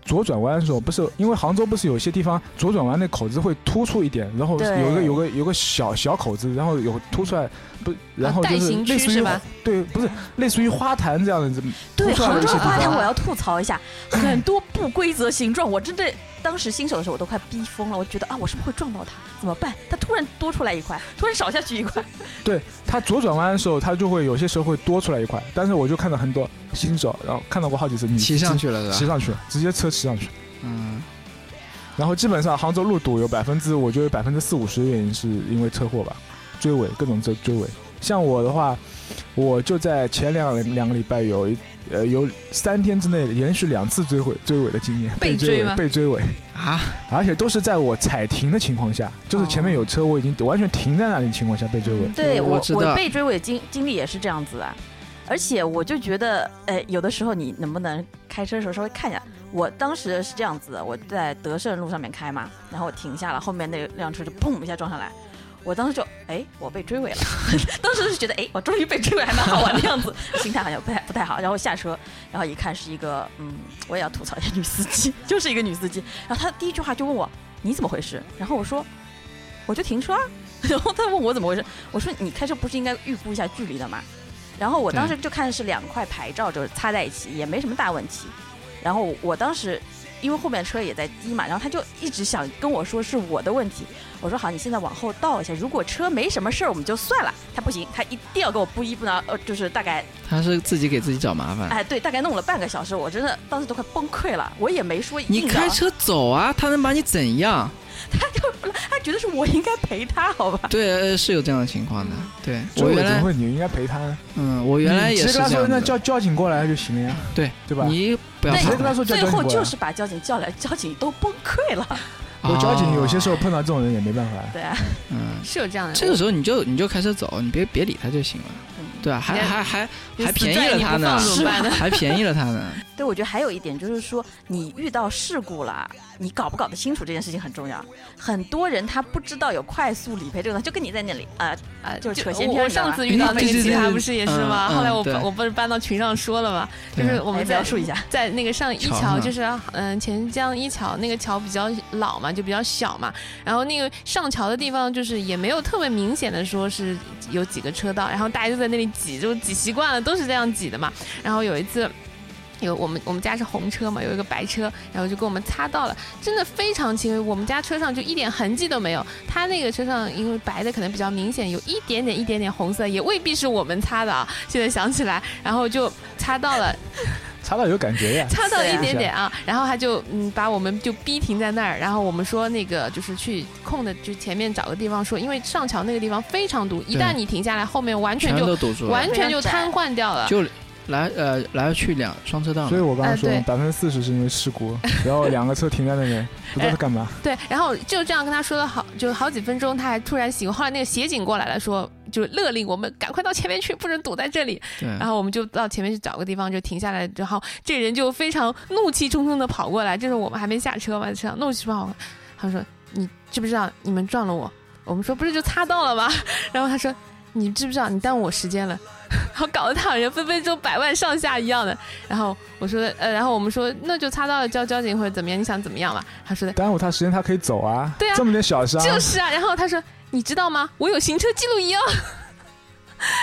左转弯的时候，不是因为杭州不是有些地方左转弯那口子会突出一点，然后对有一个有个有个小小口子，然后有凸出来，不，然后就带是行区类似于是吧对，不是类似于花坛这样的，对，不知道杭有州些地花坛方我要吐槽一下，很多不规则形状，我真的当时新手的时候我都快逼疯了，我觉得啊，我是不是会撞到它？怎么办？它突然多出来一块，突然少下去一块，对它左转弯的时候，它就会有些时候会多出来一块，但是我就看到很多新手，然后看到过好几次，你骑上直，去了是骑吧？上去，直接车骑上去。嗯，然后基本上杭州路堵有百分之，我觉得百分之四五十原因是因为车祸吧，追尾各种追追尾。像我的话，我就在前两两个礼拜有一呃有三天之内连续两次追尾追尾的经验，被被追追吗尾被追尾，啊，而且都是在我踩停的情况下，就是前面有车，我已经完全停在那里的情况下被追尾。嗯对我我知道被追尾经经历也是这样子啊，而且我就觉得，呃，有的时候你能不能开车的时候稍微看一下？我当时是这样子的，我在德胜路上面开嘛，然后我停下了，后面那辆车就砰一下撞上来。我当时就哎，我被追尾了。 当时就觉得哎，我终于被追尾，还蛮好玩的样子，心态好像不太不太好。然后下车，然后一看是一个嗯，我也要吐槽一下女司机， 就是一个女司机。然后她第一句话就问我你怎么回事，然后我说我就停车啊。 然后她问我怎么回事，我说你开车不是应该预估一下距离的吗？然后我当时就看是两块牌照就是擦在一起，也没什么大问题。然后我当时因为后面车也在滴嘛，然后他就一直想跟我说是我的问题。我说好，你现在往后倒一下，如果车没什么事儿我们就算了。他不行，他一定要给我不依不挠，呃，就是大概他是自己给自己找麻烦。哎对，大概弄了半个小时，我真的当时都快崩溃了。我也没说一你定要开，车走啊，他能把你怎样？他就他觉得是我应该陪他，好吧？对，呃是有这样的情况的。嗯对追我尾原怎么来，会？你应该赔他呢。嗯，我原来你也直是接跟他这说，样的。那叫交警过来就行了呀，对对吧？你不要直接怕跟他说叫最交警过后来。就是把交警叫来，交警都崩溃了。我交警有些时候哦碰到这种人也没办法。对啊，嗯，是有这样的人，这个时候你就你就开车走，你别别理他就行了，嗯对吧、还人家还还你还死便宜了拽你不他呢啊放怎么办呢？还便宜了他 呢。对，我觉得还有一点就是说，你遇到事故了，你搞不搞得清楚这件事情很重要。很多人他不知道有快速理赔这个东西，就跟你在那里啊、啊，就是扯我闲篇我儿你知道上吧次遇到那个 对对奇葩对不是也是嗯吗？嗯后来我对我不是搬到群上说了嘛，就是我我们们在哎描述一下。在那个上一桥桥，上就是嗯钱江一桥那个桥比较老嘛，就比较小嘛。然后那个上桥的地方就是也没有特别明显的说是有几个车道，然后大家就在那里挤，就挤习惯了，都是这样挤的嘛。然后有一次。有我们我们家是红车嘛，有一个白车，然后就跟我们擦到了，真的非常轻微。我们家车上就一点痕迹都没有，他那个车上因为白的可能比较明显，有一点点一点点红色，也未必是我们擦的啊。现在想起来，然后就擦到了，擦到有感觉 呀。擦到是一啊点点啊，然后他就嗯把我们就逼停在那儿，然后我们说那个就是去空的，就前面找个地方说，因为上桥那个地方非常堵，一旦你停下来，后面完全全就都堵住了完，全就瘫痪掉了。就来呃来去两双车道所以了，我刚刚说呃对百分之四十是因为事故，然后两个车停在那 边，不知道是干嘛。对，然后就这样跟他说了好，就好几分钟，他还突然醒悟。后来那个协警过来了，说就勒令我们赶快到前面去，不准堵在这里。对，然后我们就到前面去找个地方就停下来，然后这人就非常怒气冲冲的跑过来，这时候我们还没下车嘛，车上怒气冲冲跑过来，他说：“你知不知道你们撞了我？” 我们说：“不是就擦到了吗？”然后他说：“你知不知道你耽误我时间了？”然后搞得他好像分分钟百万上下一样的。然后我说：“呃，然后我们说那就擦到了，叫交警或者怎么样？你想怎么样嘛？”他说的耽误他时间，他可以走啊。对啊这么点小伤，就是啊，然后他说：“你知道吗？我有行车记录仪哦。”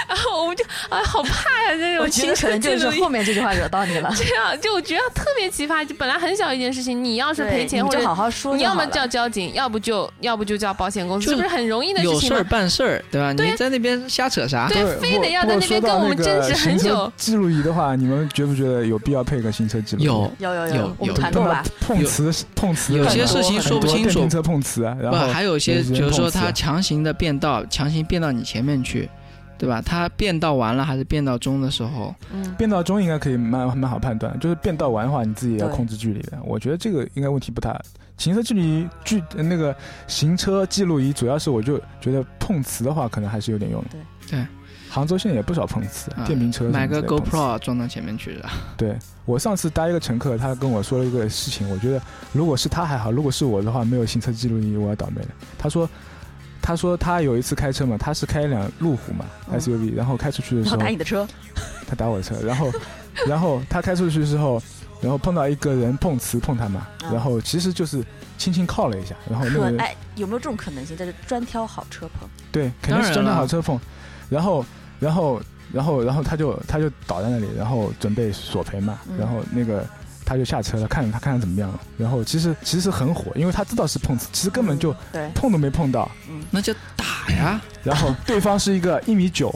然后我们就啊，好怕呀、这我种觉行得可车能记就录是仪。后面这句话惹到你 了。这样，啊就我觉得特别奇葩。就本来很小一件事情，你要是对赔钱你或者就好好说你就要好么了叫交警，要不就要不就叫保险公司，就是不是很容易的事有情事儿吗？办事儿，对吧？对啊你在那边瞎扯啥？对对非得要不过在那边说到跟我们那个争执很久行车记录仪的话，你们觉不觉得有必要配个行车记录仪？有，有有有我有们团碰购到吧，碰瓷碰瓷，有些很多事情很说不多清电楚瓶，车碰瓷，啊然不，后还有一些有些人就是说碰瓷他强行的变道，强行变到你前面去，对吧？他变道完了还是变道中的时候，嗯，变道中应该可以蛮蛮好判断，就是变道完的话，你自己也要对控制距离的。我觉得这个应该问题不大。行车距离距呃那个行车记录仪，主要是我就觉得碰瓷的话，可能还是有点用的。对对，杭州现在也不少碰瓷，嗯电瓶车什么买之个类的碰瓷 GoPro 撞到前面去了。对我上次搭一个乘客，他跟我说了一个事情，我觉得如果是他还好，如果是我的话，没有行车记录仪，我要倒霉了。他说。他说他有一次开车嘛，他是开一辆路虎嘛哦嗯 SUV，、然后开出去的然时后候打你的车， 他打我车，然后，然后他开出去之后，然后碰到一个人碰瓷碰他嘛，啊然后其实就是轻轻靠了一下，然后那个可人哎，有没有这种可能性？但是专挑好车碰，对肯定是当然真的了好车碰，然后然后然后然后他就他就倒在那里，然后准备索赔嘛，嗯然后那个。他就下车了，看他看他怎么样了。然后其实其实很火，因为他知道是碰瓷，其实根本就对，碰都没碰到。那就打 呀！然后对方是一个一米九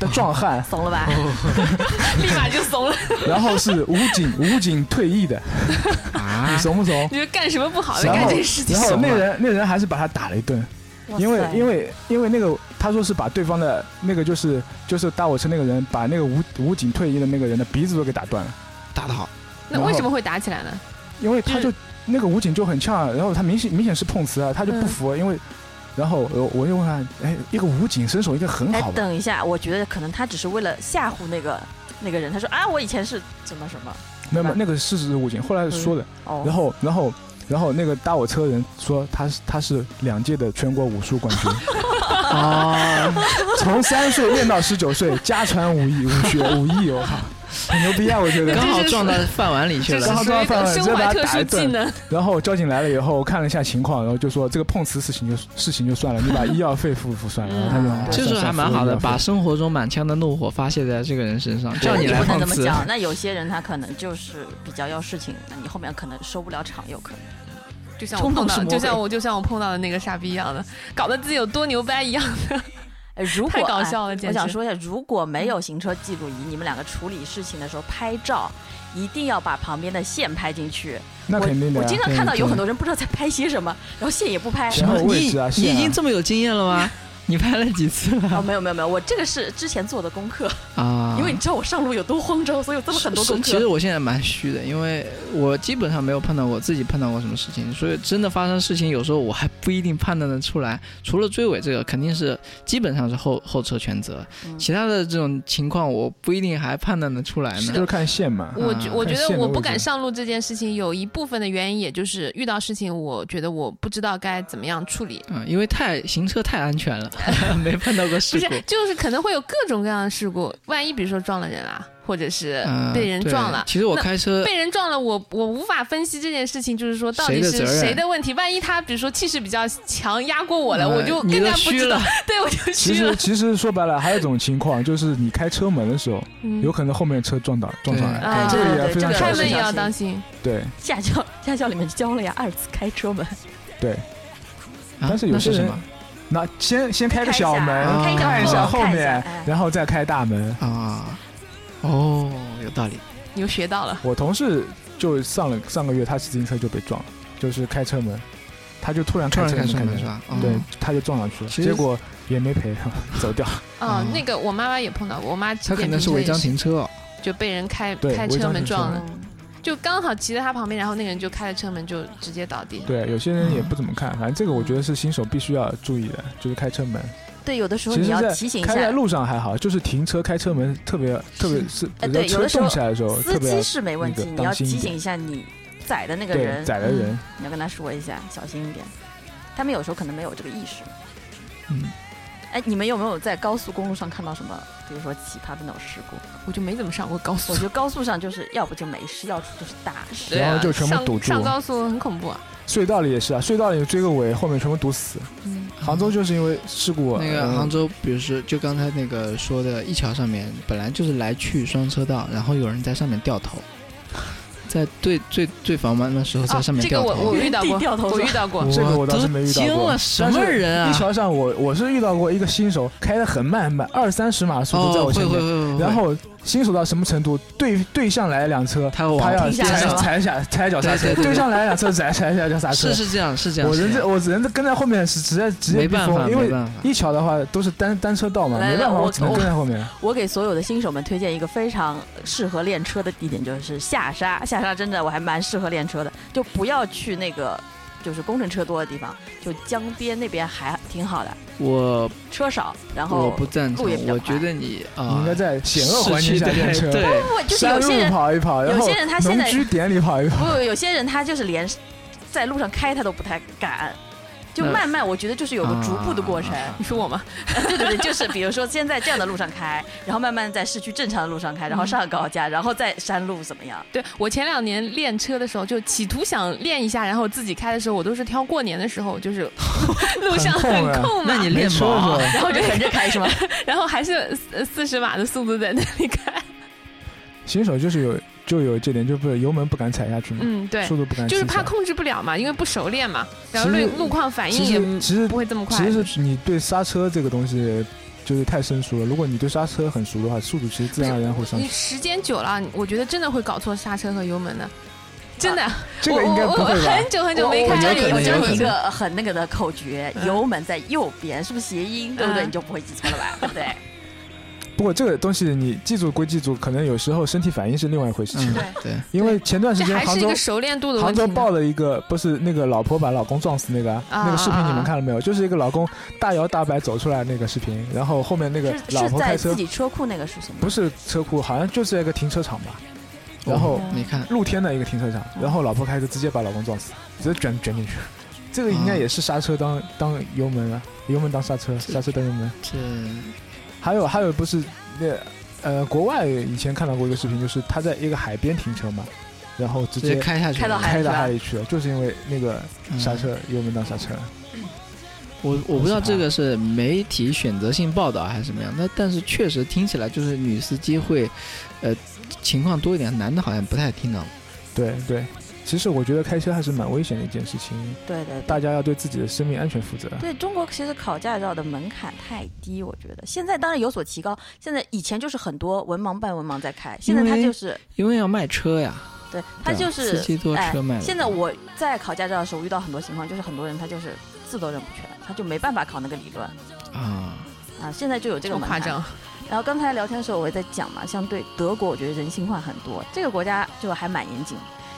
的壮汉，怂了吧？立马就怂了。然后是武警武警退 役的，你啊，怂不怂？你说干什么不好的，然干后这个事情然后怂那了人那人还是把他打了一顿，因为为因为因为那个他说是把对方的那个就是就是搭我车那个人把那个武武警退役的那个人的鼻子都给打断了，打得好，那为什么会嗯打起来呢？因为他就就那个武警就很呛，啊然后他明显明显是碰瓷啊，他就不嗯服，因为然后我我就问他，哎，一个武警身手应该很哎好，吧？等一下，我觉得可能他只是为了吓唬那个那个人，他说啊，我以前是什么什么没有没有，那个是是武警，后嗯来说的。哦然，后，然后，然后那个搭我车的人说他是他是两届的全国武术冠军，啊，从三岁练到十九岁，家传武艺武学武艺，我靠，很牛逼啊！我觉得。刚好这是撞到饭碗里去这了。是然后属于一个身怀特殊技能，然后交警来了以后，看了一下情况，然后就说这个碰瓷事情就事情就算了，你把医药费付不付算了。然后他就嗯啊这时候算还蛮算好的，付医药费把生活中满腔的怒火发泄在这个人身上，叫你那来不能碰这么瓷。啊讲，那有些人他可能就是比较要事情，那你后面可能收不了场，有可能。就像我碰到，就像我就像我碰到的那个傻逼一样的，搞得自己有多牛掰一样的。哎，如果太搞哎笑了简我想直说一下，如果没有行车记录仪，你们两个处理事情的时候拍照，一定要把旁边的线拍进去。那肯定的我。我呀。经常看到有对啊很多人不知道在拍些什么，然后线也不拍。什么？然后位你置啊你线啊已经这么有经验了吗？你拍了几次哦，了没有没有没有，我这个是之前做的功课，啊？因为你知道我上路有多慌张，所以我做了很多是功是课。其实我现在蛮虚的，因为我基本上没有碰到我自己碰到过什么事情，所以真的发生事情，有时候我还不一定判断得出来。除了追尾这个，肯定是基本上是后后车全责，嗯其他的这种情况我不一定还判断得出来就是呢。看线嘛。我啊觉我觉看得线的我位不置敢上路这件事情，有一部分的原因，也就是遇到事情，我觉得我不知道该怎么样处理。嗯，因为太行车太安全了， 没碰到过事不故是。，就是可能会有各种各样的事故，万一比如说撞了人啊，或者是嗯，被人对撞了。其实我那开车被人撞了，我我无法分析这件事情，就是说到底谁的是责任谁的问题。万一他比如说气势比较强，压过我了，呃我就你更都加不虚知道了，对我就其虚了实。其实说白了，还有一种情况就是你开车门的时候，嗯有可能后面车撞到撞上对来，啊这对个对也对非常这个小开是门也心小要心当心。对。驾校驾校里面教了呀，二次开车门，对，啊但是有那些什人么那先先开个开一下小门，啊开看一一下下后看一下面哎，然后再开大门。啊？哦，有道理。你又学到了，我同事就上了上个月，他骑自行车就被撞了，就是开车门，他就突然突开然车开门车开门门是，吧？对嗯，他就撞上去了，其实结果也没赔， 走掉。嗯哦，那个我妈妈也碰到过，我妈他可也能停是车违也章停车哦。就被人开对开违车章门停车撞了，嗯就刚好骑在他旁边，然后那个人就开了车门就直接倒地。对，有些人嗯也不怎么看，反正这个我觉得是新手必须要注意的，就是开车门。对，有的时候其你实要在提醒一开在下，路上还好，就是停车开车门特别特别是哎对有车的时候动起来的时候司特别机是没问题，那个你要当心一提点醒一下你载的那个对人，嗯宰了人。你要跟他说一下，小心一点。他们有时候可能没有这个意识。嗯，哎，你们有没有在高速公路上看到什么，比如说奇葩的那种事故？我就没怎么上过高速我觉，得高速上就是要不就没事，要不就是大事。对啊然后就全部上堵住上高速很恐怖啊。隧道里也是啊，隧道里追个尾，后面全部堵死。嗯，杭州就是因为事故，那个嗯杭州，比如说就刚才那个说的，一桥上面本来就是来去双车道，然后有人在上面掉 头，在最最最繁忙的时候在上面这个掉头。我我遇到过原地掉，头 我是吧遇到过我，这个我倒是都没遇到惊过了，什么人啊一？桥上我我是遇到过一个新手，开的很慢很慢，二三十码速度在哦，我会前会会会面，会。然后新手到什么程度？对对向来辆车，他往他要停下来踩了踩一下踩一脚刹车，对对对对上来辆车踩踩一下脚刹车是。是这样，是这样。我是人这在样我人在跟在后面是直接直接没避办法，风，因没为办法。一桥的话都是单单车道嘛，来没办法，来我我只能跟在后面。我给所有的新手们推荐一个非常适合练车的地点，就是下沙。下沙真的我还蛮适合练车的，就不要去那个就是工程车多的地方，就江边那边还挺好的，我车少，然我后哦不赞成路也比，较我快觉得你啊，你应该在险恶环境下市区练车，对，对不就是山有路些人跑一跑，然后有些人他现农在居点里跑一跑。不，有些人他就是连在路上开他都不太敢。就那慢慢，我觉得就是有个逐步的过程。啊你说我吗？ 对对对，就是比如说先在这样的路上开，然后慢慢在市区正常的路上开，然后上高架，然后再山路怎么样？ 对我前两年练车的时候，就企图想练一下，然后自己开的时候，我都是挑过年的时候，就是 路上很很空哎空那嘛，你练没毛说啊过？然后 就横着开是吗？然后还是四十码的速度在那里开。新手就是有就有这点，就不油门不敢踩下去嘛，嗯，对，速度不敢就是提怕起来控制不了嘛，因为不熟练嘛，然后其实路路况反应其也实其实不会这么快。其实是你对刹车这个东西就是太生疏了。如果你对刹车很熟的话，速度其实自然而然会上你去。时间久了，我觉得真的会搞错刹车和油门的，真的。啊这个应该不我我会我吧？很久很久我没我开教有了，可你，能我教有你可一个很那个的口诀：嗯油门在右边，是不是谐音？对不对？嗯你就不会记错了吧？对不对？不过这个东西你记住归记住，可能有时候身体反应是另外一回事情嗯。对，对，因为前段时这间还杭是一州个熟练度的问杭题州呢。啊爆了一个，不是那个老婆把老公撞死那个，啊那个视频你们看了没有？就是一个老公大摇大摆走出来那个视频，然后后面那个是老是婆在开自车己车库那个事情吗？不是车库，好像就是在一个停车场吧，然后嗯你看，露天的一个停车场，嗯然后老婆开车直接把老公撞死，直接卷卷进去。 这个应该也是刹车当当油门啊，油门当刹车，刹车当油门。这还有还有不是那呃，国外以前看到过一个视频，就是他在一个海边停车嘛，然后直直接接开下去了，开到海开到海里去了，就是因为那个嗯刹车油门当刹车。我我不知道这个是媒体选择性报道还是怎么样，那但是确实听起来就是女司机会，呃，情况多一点，男的好像不太听到。对对，其实我觉得开车还是蛮危险的一件事情，对对大对。家要对自己的生命安全负责。对中国其实考驾照的门槛太低，我觉得现在当然有所提高。现在以前就是很多文盲半文盲在开，现在因他为就是因为要卖车呀，对他对就吧是司机多哎车卖了。现在我在考驾照的时候遇到很多情况，就是很多人他就是字都认不全，他就没办法考那个理论啊，啊。现在就有这这个么门夸槛。张，然后刚才聊天的时候我也在讲嘛，像对德国，我觉得人性化很多，这个国家就还蛮严谨。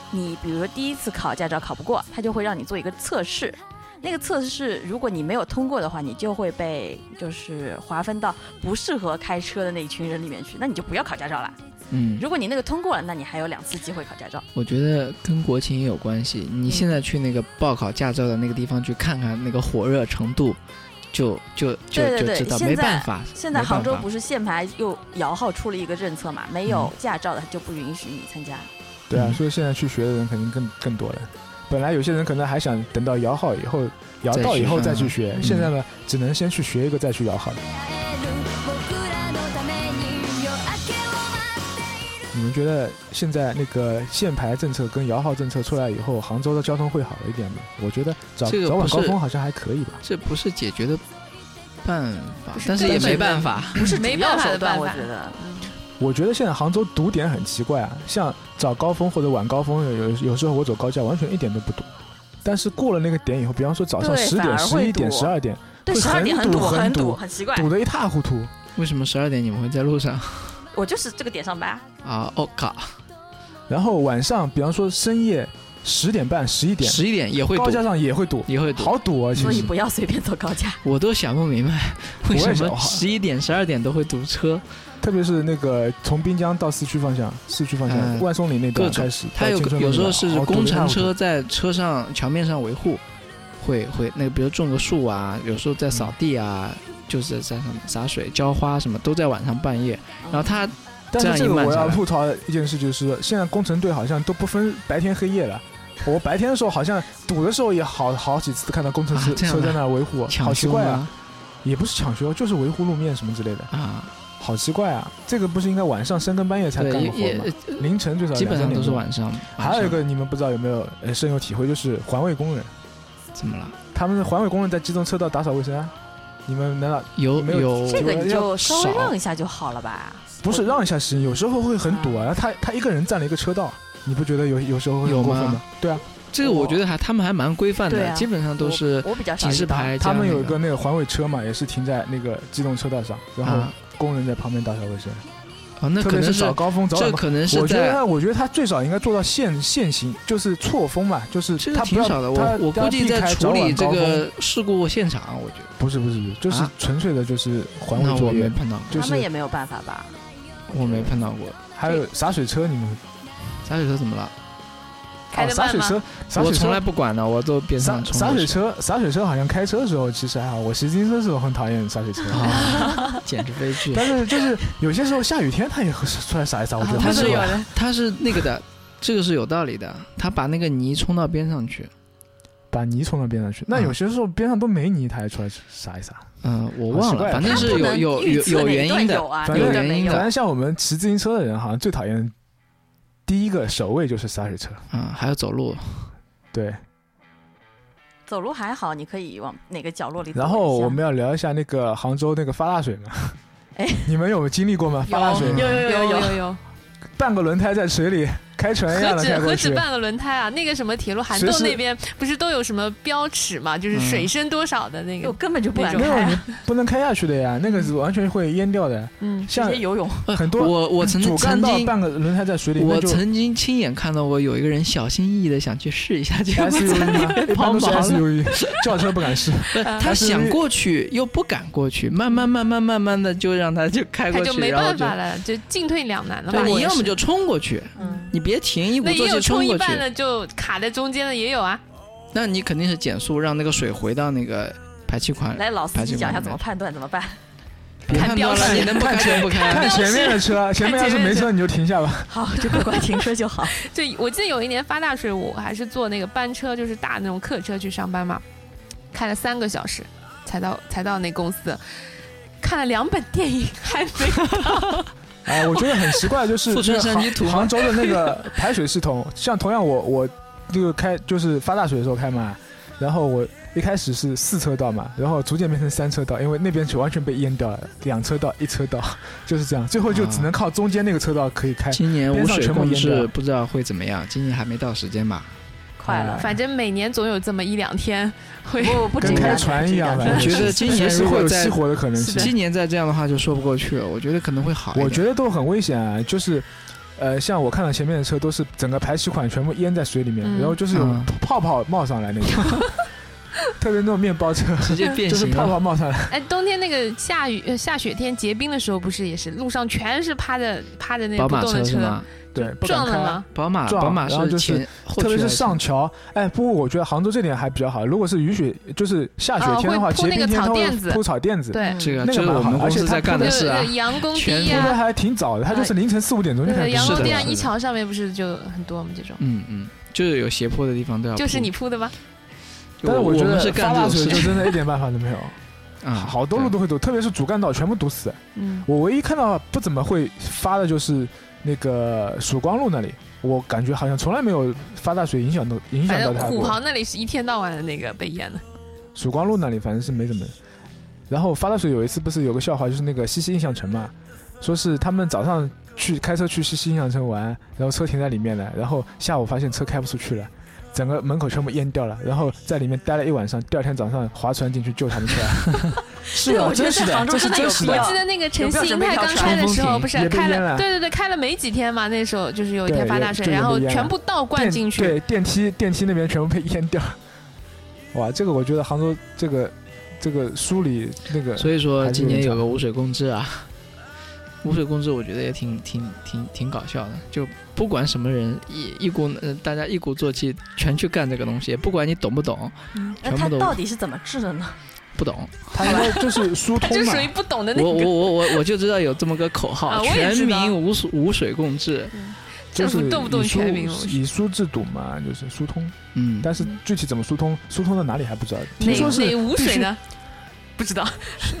你比如说第一次考驾照考不过，他就会让你做一个测试。那个测试，如果你没有通过的话，你就会被就是划分到不适合开车的那一群人里面去，那你就不要考驾照 了。嗯，如果你那个通过了，那你还有两次机会考驾照。我觉得跟国情也有关系。你现在去那个报考驾照的那个地方去看看那个火热程度，就就就对对就对知道，现没在办法。现在没办杭州法不是限牌又摇号出了一个政策嘛，没有驾照的他就不允许你参加。对啊，嗯所以现在去学的人肯定更更多了。本来有些人可能还想等到摇号以后，摇再到去以后看再看去学，嗯现在呢，只能先去学一个再去摇号。你们觉得现在那个限牌政策跟摇号政策出来以后，杭州的交通会好一点吗？我觉得早这个早晚不是高峰好像还可以吧。这不是解决的办法不，是但是也对没办法。不是没主要办法手的段，办我法觉。得。我觉得现在杭州堵点很奇怪啊，像早高峰或者晚高峰，有有有时候我走高架完全一点都不堵，但是过了那个点以后，比方说早上对十反点、而十会一点、堵十二点，对，会十二点很堵，堵很很堵很奇怪。堵得一塌糊涂。为什么十二点你们会在路上我就是这个点上班，啊？哦卡，然后晚上，比方说深夜十点半、十一点，十一点也会高堵，架上也会堵，也会堵。好堵啊！其所以实不要随便走高架。我都想不明白，我为也什是哦么十一点、十二点都会堵车？特别是那个从滨江到市区方向，市区方向嗯万松林那段各种开始，它有到青春有路时候段是好哦堵得工一塌程糊涂车在车上桥面上维护，会会那个，比如种个树啊，有时候在扫地啊，就是在上面洒水、浇花什么，都在晚上半哦夜。然后它但这样是一这个慢我下要来吐槽的一件事就是，现在工程队好像都不分白天黑夜了。我白天的时候好像堵的时候也好好几次看到工程车、啊这样车的在那儿维护，好抢奇修怪啊！吗？也不是抢修，就是维护路面什么之类的，啊，好奇怪啊！这个不是应该晚上深更半夜才干对，的也活吗也？凌晨最少基本上2-3都是点钟晚上。晚啊还有一上个你们不知道有没有呃深有体会，就是环卫工人，怎么了？他们的环卫工人在机动车道打扫卫生啊。你们难道有没有有这个你就要稍微少让一下就好了吧？不是让一下行？有时候会很堵啊，他他一个人占了一个车道，你不觉得有有时候会嗯很有过吗分吗？对啊。这个我觉得还他们还蛮规范对的，啊基本上都是我我比较少警示遇到。牌加他那。们有一个那个环卫车嘛，也是停在那个机动车道上，然后啊，工人在旁边打扫卫生。哦，那特可别能早高峰早这晚嘛，可能是我觉在得我觉得他最少应该做到限限行，就是错峰嘛，就是这个他不挺要少的，他我我他估计避在开早处理晚这高峰个事故现场，我觉得不是不是不是，就是啊纯粹的就是环那卫我作没业，碰到，过，就他们也是没有办法吧？我没碰到过。还有洒水车，你们洒水车怎么了？开哦得洒慢水吗？车，洒我水从来车，不管的，我都边洒上冲洒过水去车，洒水车好像开车的时候其实还好，我骑自行车的时候很讨厌洒水车。啊，简直悲剧。 但是就是有些时候下雨天它也会出来洒一洒，我觉得啊它很他是奇有怪的，它是那个的，这个是有道理的。他把那个泥冲到边上去。把泥冲到边上去。那嗯有些时候边上都没泥，它还出来洒一洒。嗯，我好忘奇怪了，啊反正它是有有有有原因的有。啊，反有正的原没因反的正像我们骑自行车的人，好像最讨厌第一个首位就是洒水车。嗯，还要走路。对，走路还好，你可以往哪个角落里走一下。然后我们要聊一下那个杭州那个发大水 嘛。哎，你们有经历过吗？发大水，有哎有有有有有，半个轮胎在水里，开船一样何的止开过何止去。半个轮胎啊！那个什么铁路涵随洞时那边不是都有什么标尺嘛，就是嗯水深多少的那我个，根本就不敢那没种有，开你啊，不能开下去的 呀，那个是完全会淹掉的。嗯，直像接游泳。很多我我曾主干曾道经半个轮胎在水里，那我就曾经亲眼看到过有一个人小心翼翼的想去试一下，结果 SUV 吗？啊一般都哎是跑盲 SUV，轿车不敢 试。不是他想过去又不敢过去，慢慢慢慢慢慢的就让他就开他过就去，没然后办就法了，就进退两难了吧？对你也要么是就冲过去，嗯，你别停，一鼓那作也气有冲一过去，半的就卡在中间的也有啊，那你肯定是减速，让那个水回到那个排气管。来，老司排机气讲一下管怎么里面判断，怎么办？别看判标断了，识你能不开就不看开。前面 的车，前面要是没车你就停下吧。好，就乖乖停车就 好。就我记得有一年发大水，我还是坐那个班车，就是大那种客车去上班嘛，开了三个小时才到才到那公司，看了两本电影还没到。哎，我觉得很奇怪，就是富春那个山居图杭杭州的那个排水 系统，像同样我我这个开就是发大水的时候开嘛，然后我一开始是四车道嘛，然后逐渐变成三车道，因为那边就完全被淹掉了，两车道、一车道就是这样，最后就只能靠中间那个车道可以开。今年边无上水全部共淹掉治不知道会怎么样，今年还没到时间吧？快哎了，反正每年总有这么一两天会不不跟紧张开的船不紧一样张吧的我觉得今年是如会果有在熄火的可能是的性。今年再这样的话就说不过去了，我觉得可能会好一点。我觉得都很危险啊，就是，呃，像我看到前面的车都是整个排气管全部淹在水里面，嗯然后就是有嗯泡泡冒上来那种，特别那种面包车，直接变就是形泡了。泡冒上 来，哎，冬天那个下雨呃下雪天结冰的时候，不是也是路上全是趴着趴着那宝不马动的车是吗？对，不敢撞了开。吗？宝马撞宝马然后就是前，后特别驱是还上桥，哎，不过我觉得杭州这点还比较好。如果是雨雪，就是下雪啊天的话，会铺结那个冰天草它会垫子铺草垫子，对，这个那个这是蛮我好们的而公且司它在干的有事啊有。杨公全堤部应该呀，还挺早的，它就是凌晨四五点钟就开啊对，始杨是公的堤呀啊，是的一桥上面不是就很多我们这种，嗯嗯，就是有斜坡的地方都要铺。就是你铺的吗？但是我觉们得是干发这大种水事就情真的一点办法都没有，啊，好多路对都会堵，特别是主干道全部堵死。嗯，我唯一看到不怎么会发的就是那个曙光路那里，我感觉好像从来没有发大水影响到影响反到正它虎过。航那里是一天到晚的那个被淹的。曙光路那里反正是没怎么。然后发大水有一次不是有个笑话，就是那个西溪印象城嘛，说是他们早上去开车去西溪印象城玩，然后车停在里面了，然后下午发现车开不出去了。整个门口全部淹掉了，然后在里面待了一晚上，第二天早上划船进去救他们出来。是对我的，觉得真实在杭的，州这是真的有真实必的要我。记得那个晨曦银泰刚开的时候，不是有标准开备票了，船对对对，开了没几天嘛，那时候就是有一天对发大水，也然后这也被淹了全部倒灌电进去，对，电梯电梯那边全部被淹掉。 哇，这个我觉得杭州这个这个梳理那个所以说还是今年有有个无水共治啊，无水共治我觉得也挺挺挺挺搞笑的，就不管什么人一一股呃大家一鼓作气全去干这个东西，不管你懂不懂，那全它部都到底是怎么治的呢？不懂，它应 该就是疏他通就嘛属，于不懂的那我我个。我我我就知道有这么个口号，啊我也全知道民无水无水共治，就政是府动不动以疏全民以疏制堵嘛，就是疏通。嗯，但是具体怎么疏通，疏通到哪里还不知道。听哪说哪是无必水须，呢？不知道，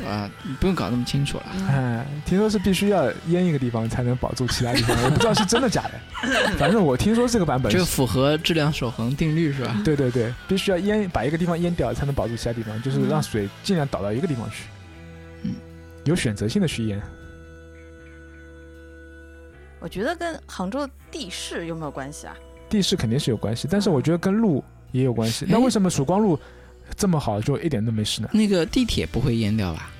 啊、你不用搞那么清楚了。哎，听说是必须要淹一个地方才能保住其他地方，我不知道是真的假的。 反正我听说这个版本这个是，符合质量守恒定律是嗯吧？对对对，必须要淹把一个地方淹掉才能保住其他地方，就是让嗯水尽量导到一个地方去嗯，有选择性的去淹。我觉得跟杭州地势有没有关系啊？地势肯定是有关系，但是我觉得跟路也有关系。哎那为什么曙光路这么好，就一点都没事呢？那个地铁不会淹掉吧？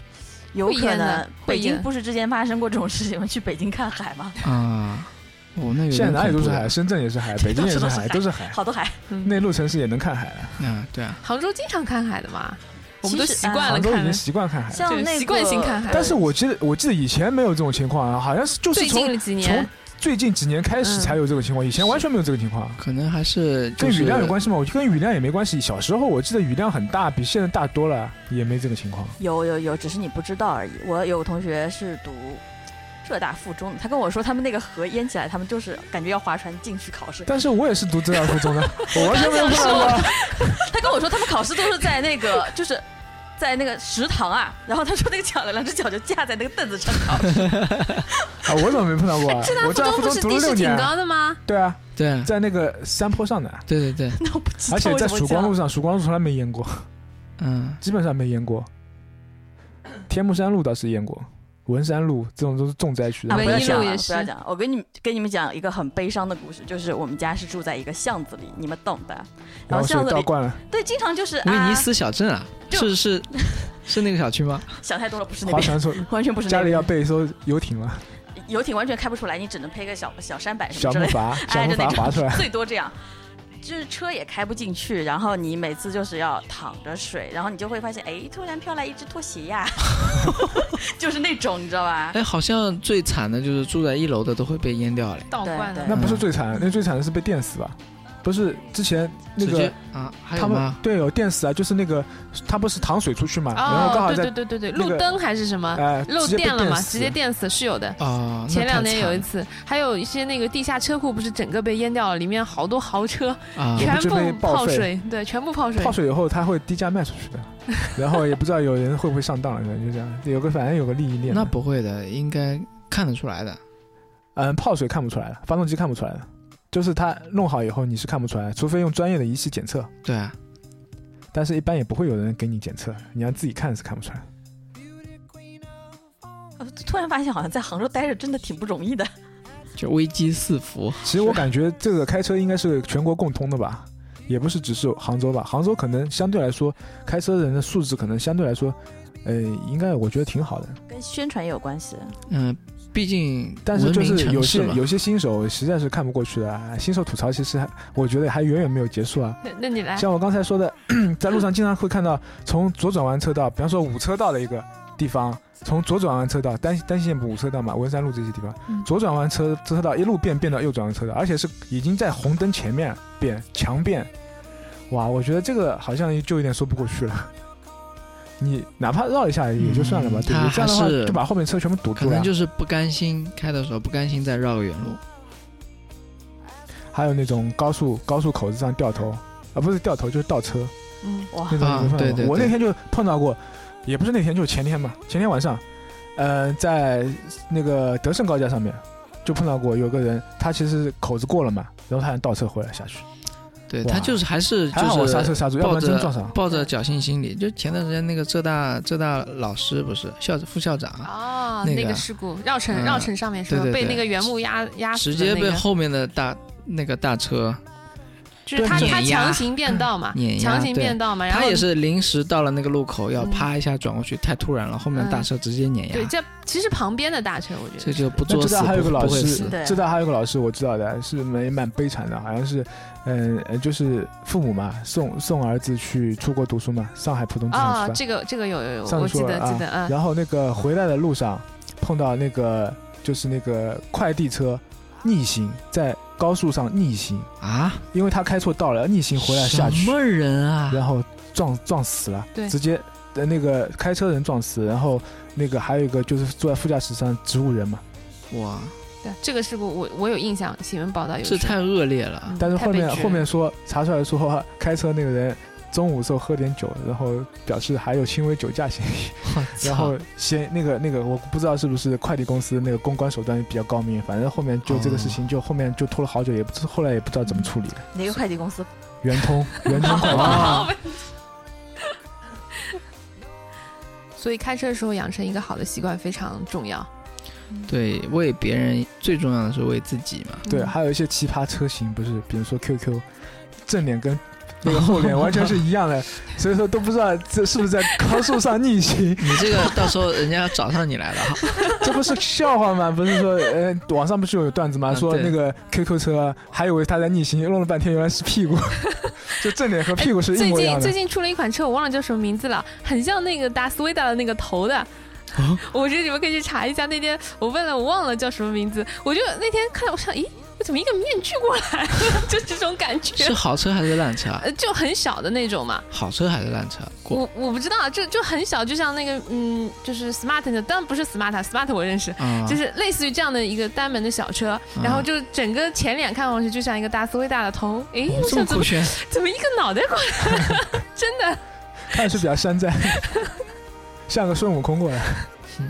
有会可淹的能会北京淹不是之前发生过这种事情吗？去北京看海吗？啊，我、那个有现在点哪里都恐是怖海，深圳也是海，北京也是海，都都 是海。好多海，嗯内陆城市也能看海了，啊，对啊，杭州经常看海的嘛，呃我们都其实习惯了杭州已看经了，习惯看海了。像那就个习惯性看海。但是我记得，我记得以前没有这种情况啊，好像是就是最从近几从年，最近几年开始才有这个情况，以前完全没有这个情况。可能还是跟就是雨量有关系吗？我跟雨量也没关系。小时候我记得雨量很大，比现在大多了，也没这个情况。有有有，只是你不知道而已。我有同学是读浙大附中的，他跟我说他们那个河淹起来，他们就是感觉要划船进去考试。但是我也是读浙大附中的，我完全没有碰到过。他跟我说他们考试都是在那个就是。在那个食堂啊，然后他说那个脚两只脚就架在那个凳子上考试，啊，我怎么没碰到过啊？我哎浙浙大大附附中中不是读了地六势挺年。高的吗？对啊，对啊 在那个山坡上的，对对对， 那我不知道而且在为什么会曙光这样路上，曙光路从来没淹过，嗯，基本上没淹过。天目山路倒是淹过，文山路这种都是重灾区的。啊，唯不要一讲路了也不要是讲了。我跟你跟你们讲一个很悲伤的故事，就是我们家是住在一个巷子里，你们懂的。然后水巷子倒里，灌了，对，经常就是威啊尼，斯小镇啊，就是是 是那个小区吗？想太多了，不是那划边，船说完全不是那家里边要备一艘游艇了，游艇完全开不出来，你只能配个小小舢板什小么之木类的，筏， 小哎，木就那筏划出种来，最多这样。就是车也开不进去，然后你每次就是要淌着水，然后你就会发现，哎，突然飘来一只拖鞋呀，就是那种，你知道啊吧？哎，好像最惨的就是住在一楼的都会被淹掉嘞，倒灌灌的的那嗯不是最惨，那最惨的是被电死吧？不是之前那直接个啊，还有他们吗？对有电死啊，就是那个他不是淌水出去嘛，然后刚哦，好对在对对对对，那个路灯还是什么？哎漏直接被电了嘛，死直接电死是有的。哦，那前两太年惨有一次，还有一些那个地下车库不是整个被淹掉了，里面好多豪车啊，全就被部报泡废水，对，全部泡水泡。水以后，他会低价卖出去的，然后也不知道有人会不会上当了，就这样，有个反正有个利益链。那不会的，应该看得出来的。嗯，泡水看不出来了，发动机看不出来了，就是它弄好以后你是看不出来，除非用专业的仪器检测，对啊，但是一般也不会有人给你检测，你要自己看是看不出来。我突然发现，好像在杭州待着真的挺不容易的。就危机四伏。其实我感觉这个开车应该是全国共通的吧，也不是只是杭州吧，杭州可能相对来说开车人的素质可能相对来说，呃，应该我觉得挺好的，跟宣传也有关系，嗯，毕竟但是就文明是城有市些嘛有些新手实在是看不过去的啊，新手吐槽其实还我觉得还远远没有结束啊。那那你来，像我刚才说的， 在路上经常会看到从左转弯车道，比方说五车道的一个地方，从左转弯车道单单线五车道嘛，文山路这些地方，嗯左转弯车车道一路变变到右转弯车道，而且是已经在红灯前面变强变，哇，我觉得这个好像就有点说不过去了。你哪怕绕一下也就算了吧，嗯对不对？他这样的话还是就把后面车全部堵可住了啊能。就是不甘心开的时候不甘心再绕个远路。还有那种高速高速口子上掉头，啊，不是掉头就是倒车，嗯，哇那！种啊你们碰到过对对我对那天就碰到过，也不是那天，就是前天吧，前天晚上，呃，在那个德胜高架上面就碰到过有个人，他其实口子过了嘛，然后他想倒车回来下去，对哇他就是还是还好我就刹是车刹住，要不抱然着真撞上。抱着侥幸心理。就前段时间那个浙大浙大老师不是校副校长啊，哦，那那个个事故，绕城嗯绕城上面是吧对对？对被那个原木压压死直啊的接被那个后面的大那个大车，就是他对他碾压嗯强行变道嘛，碾压强行变道嘛，哎然后他也是临时到了那个路口，要嗯啪一下转过去，太突然了，后面的大车直接碾对，压，这其实旁边的大车，我觉这得就不那作浙死大还有不一个老不会师死。对，浙大还有一个老师我知道的，是蛮蛮悲惨的，好像是，嗯、呃，就是父母嘛，送送儿子去出国读书嘛，上海浦东机场啊，师范。这个这个有有有，上我次记说得了记得啊，然后那个回来的路上碰到那个就是那个快递车逆行，在高速上逆行，啊！因为他开错道了，逆行回来下去什，么人啊？然后撞撞死了，对直接呃那个开车人撞死，然后那个还有一个就是坐在副驾驶上植物人嘛，嗯哇，对这个事故我我有印象，新闻报道有这说，太恶劣了嗯。但是后面太悲剧了后面说查出来说开车那个人。中午时候喝点酒，然后表示还有轻微酒驾嫌疑，嗯我操然后先那个那个，我不知道是不是快递公司那个公关手段比较高明，反正后面就这个事情就后面就拖了好久，也不知后来也不知道怎么处理的。哪个快递公司？圆通，圆通快 递，啊， 所以开车的时候养成一个好的习惯非常重要。对，为别人最重要的是为自己嘛。对，嗯还有一些奇葩车型，不是，比如说 QQ，正脸跟那个后脸完全是一样的，所以说都不知道这是不是在高速上逆行，你这 个到时候人家找上你来了哈。这不是笑话吗？不是说，呃，网上不是有段子吗？啊说对那个 QQ 车啊还以为他在逆行，弄了半天原来是屁股，就正脸和屁股是一哎最模一近样的最。近出了一款车，我忘了叫什么名字了，很像那个达斯维达的那个头的，啊我觉得你们可以去查一下。那天我问了，我忘了叫什么名字，我就那天看，我想，咦，我怎么一个面具过来 了？就这种感是觉，好车还是烂车 啊？呃，就很小的那种嘛。好车还是烂车？过我我不知道，就就很小，就像那个嗯，就是 smart 的，当然不是 smart，smart 我认识，啊，就是类似于这样的一个单门的小啊车，嗯然后就整个前脸看上去就像一个大斯威达的头，诶，哦我这么想怎酷么 炫，怎么一个脑袋过来， 真 的，看是比较山寨，像个孙悟空过来嗯。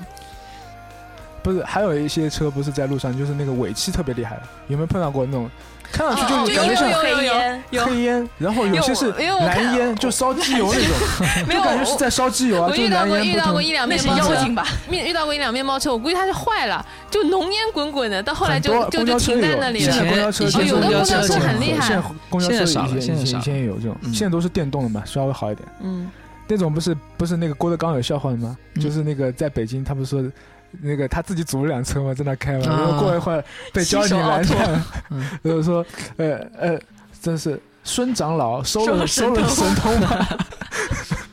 不是，还有一些车不是在路上，就是那个尾气特别厉害的，有没有碰到过那种？看上去哦就是就感觉有像有黑有有烟，有黑烟，然后有些是因为我因为我看蓝烟，就烧机油那种，没有就感觉是我在烧机油啊，我就是遇到蓝过烟遇不到过通。一辆那面是包妖车，精吧？面遇到过一辆面包车，我估计它是坏了，就浓烟滚滚的，到后来很就多就公就交车停也在有那里以现了前。在公交车以前现公在交车现在很厉害现在公交车现在少了以前以现在少了前以前也有这种，嗯现在都是电动的嘛，稍微好一点。嗯，那种不是不是那个郭德纲有笑话的吗？嗯就是那个在北京，他不是说那个他自己组了辆车嘛，在那开嘛，啊然后过一会儿被交警拦下了嗯，然后说呃呃，真是孙长老收了收收了了神神通吗？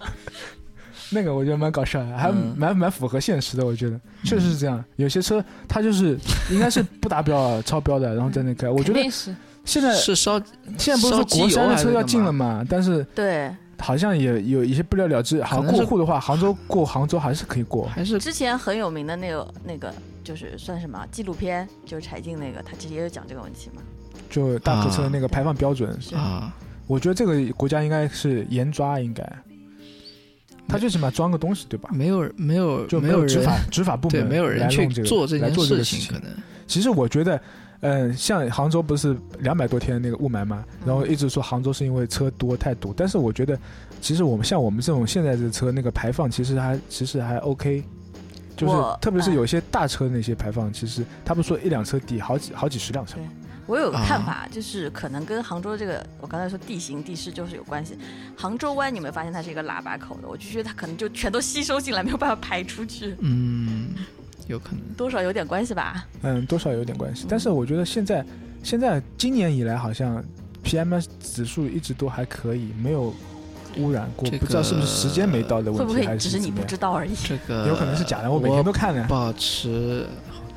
那个我觉得蛮搞笑的，还嗯蛮蛮符合现实的。我觉得确实是这样，有些车它就是应该是不达标啊，超标的，然后在那嗯开。我觉肯得定是现在 是烧现在不是说烧机油国三的还是车要干禁嘛了嘛，但是对，好像也有一些不了了之。好可像能是过户的话，杭州过杭州还是可以过。 还是之前很有名的那个那个就是算什么纪录片，就是柴静那个，他其实也有讲这个问题嘛。就大客车的那个排放标准，是啊，我觉得这个国家应该是严抓，应该。他最起码装个东西，对吧？没有没有就没有执人法执法部对门没有人来去弄这个做这来件做这事个情，可情。能其实我觉得，嗯、像杭州不是两百多天那个雾霾嘛，嗯然后一直说杭州是因为车多太堵，但是我觉得，其实我们像我们这种现在的车，那个排放其实还其实还 OK，就是我特别是哎有些大车那些排放，其实他们说一辆车抵好几好几十辆车对。我有个啊看法，就是可能跟杭州这个我刚才说地形地势就是有关系。杭州湾你有没有发现它是一个喇叭口的？我就觉得它可能就全都吸收进来，没有办法排出 去，嗯，有可能多少有点关系吧。嗯，多少有点关系。但是我觉得现在现在今年以来，好像 PMS 指数一直都还可以，没有污染过，这个不知道是不是时间没到的问会不题，会还只是是你怎么不样知道而已？这个有可能是假的，我每天都看呢。保持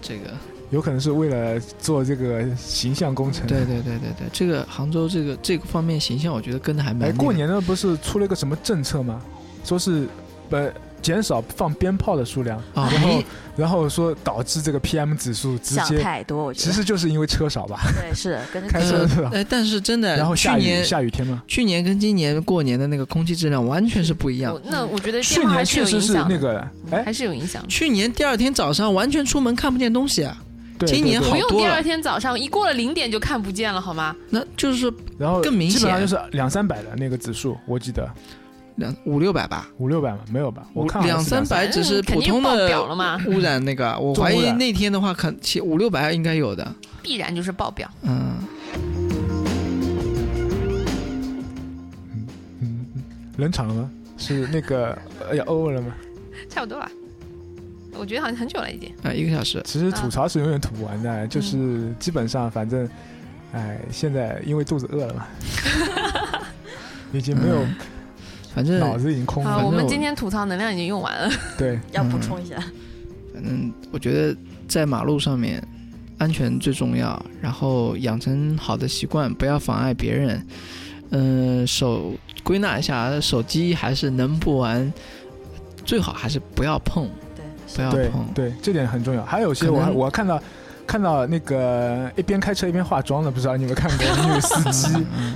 这 个有可能是为了做这个形象工程。哎对对对对对，这个杭州这个这个方面形象，我觉得跟的还蛮、哎，过年呢不是出了一个什么政策吗？说是呃减少放鞭炮的数量，啊，然后哎然后说导致这个 PM 指数直想接，太多，我觉其得实就是因为车少吧，对，是跟着开车呃 是吧？哎，但是真的，然后去下雨年下雨天嘛，去年跟今年过年的那个空气质量完全是不一样我。那我觉得去变化还年是确有影实是响那的，嗯个哎还是有影响的。去年第二天早上完全出门看不见东西啊，对，今对年对好不用多第了二天早上一过了零点就看不见了，好吗？那就是说然后更明基本上显就是两三百的那个指数，我记得两五六百吧，五六百嘛，没有吧？我五看好像两是三300百只是嗯肯普定通爆表的了嘛，污染那个，啊我重污怀疑染那天的话，可其五六百应该有的，必然就是爆表。嗯。嗯，嗯冷场了吗？是那个 哎呀 over 了吗？差不多吧。我觉得好像很久了已经。啊，一个小时，其实吐槽是永远吐不完的，啊嗯就是基本上反正，哎，现在因为肚子饿了嘛，已经没有、嗯反脑正子已经空了，好，反我正们我今天吐槽能量已经用完了。对，要补充一下，反正我觉得在马路上面，安全最重要，然后养成好的习惯，不要妨碍别人。嗯、手归纳一下，手机还是能不玩，最好还是不要碰，对，不要对啊碰。对，这点很重要。还有些可我还能我看到看到那个一边开车一边化妆的，不知道你有没有看 过，女司机。嗯，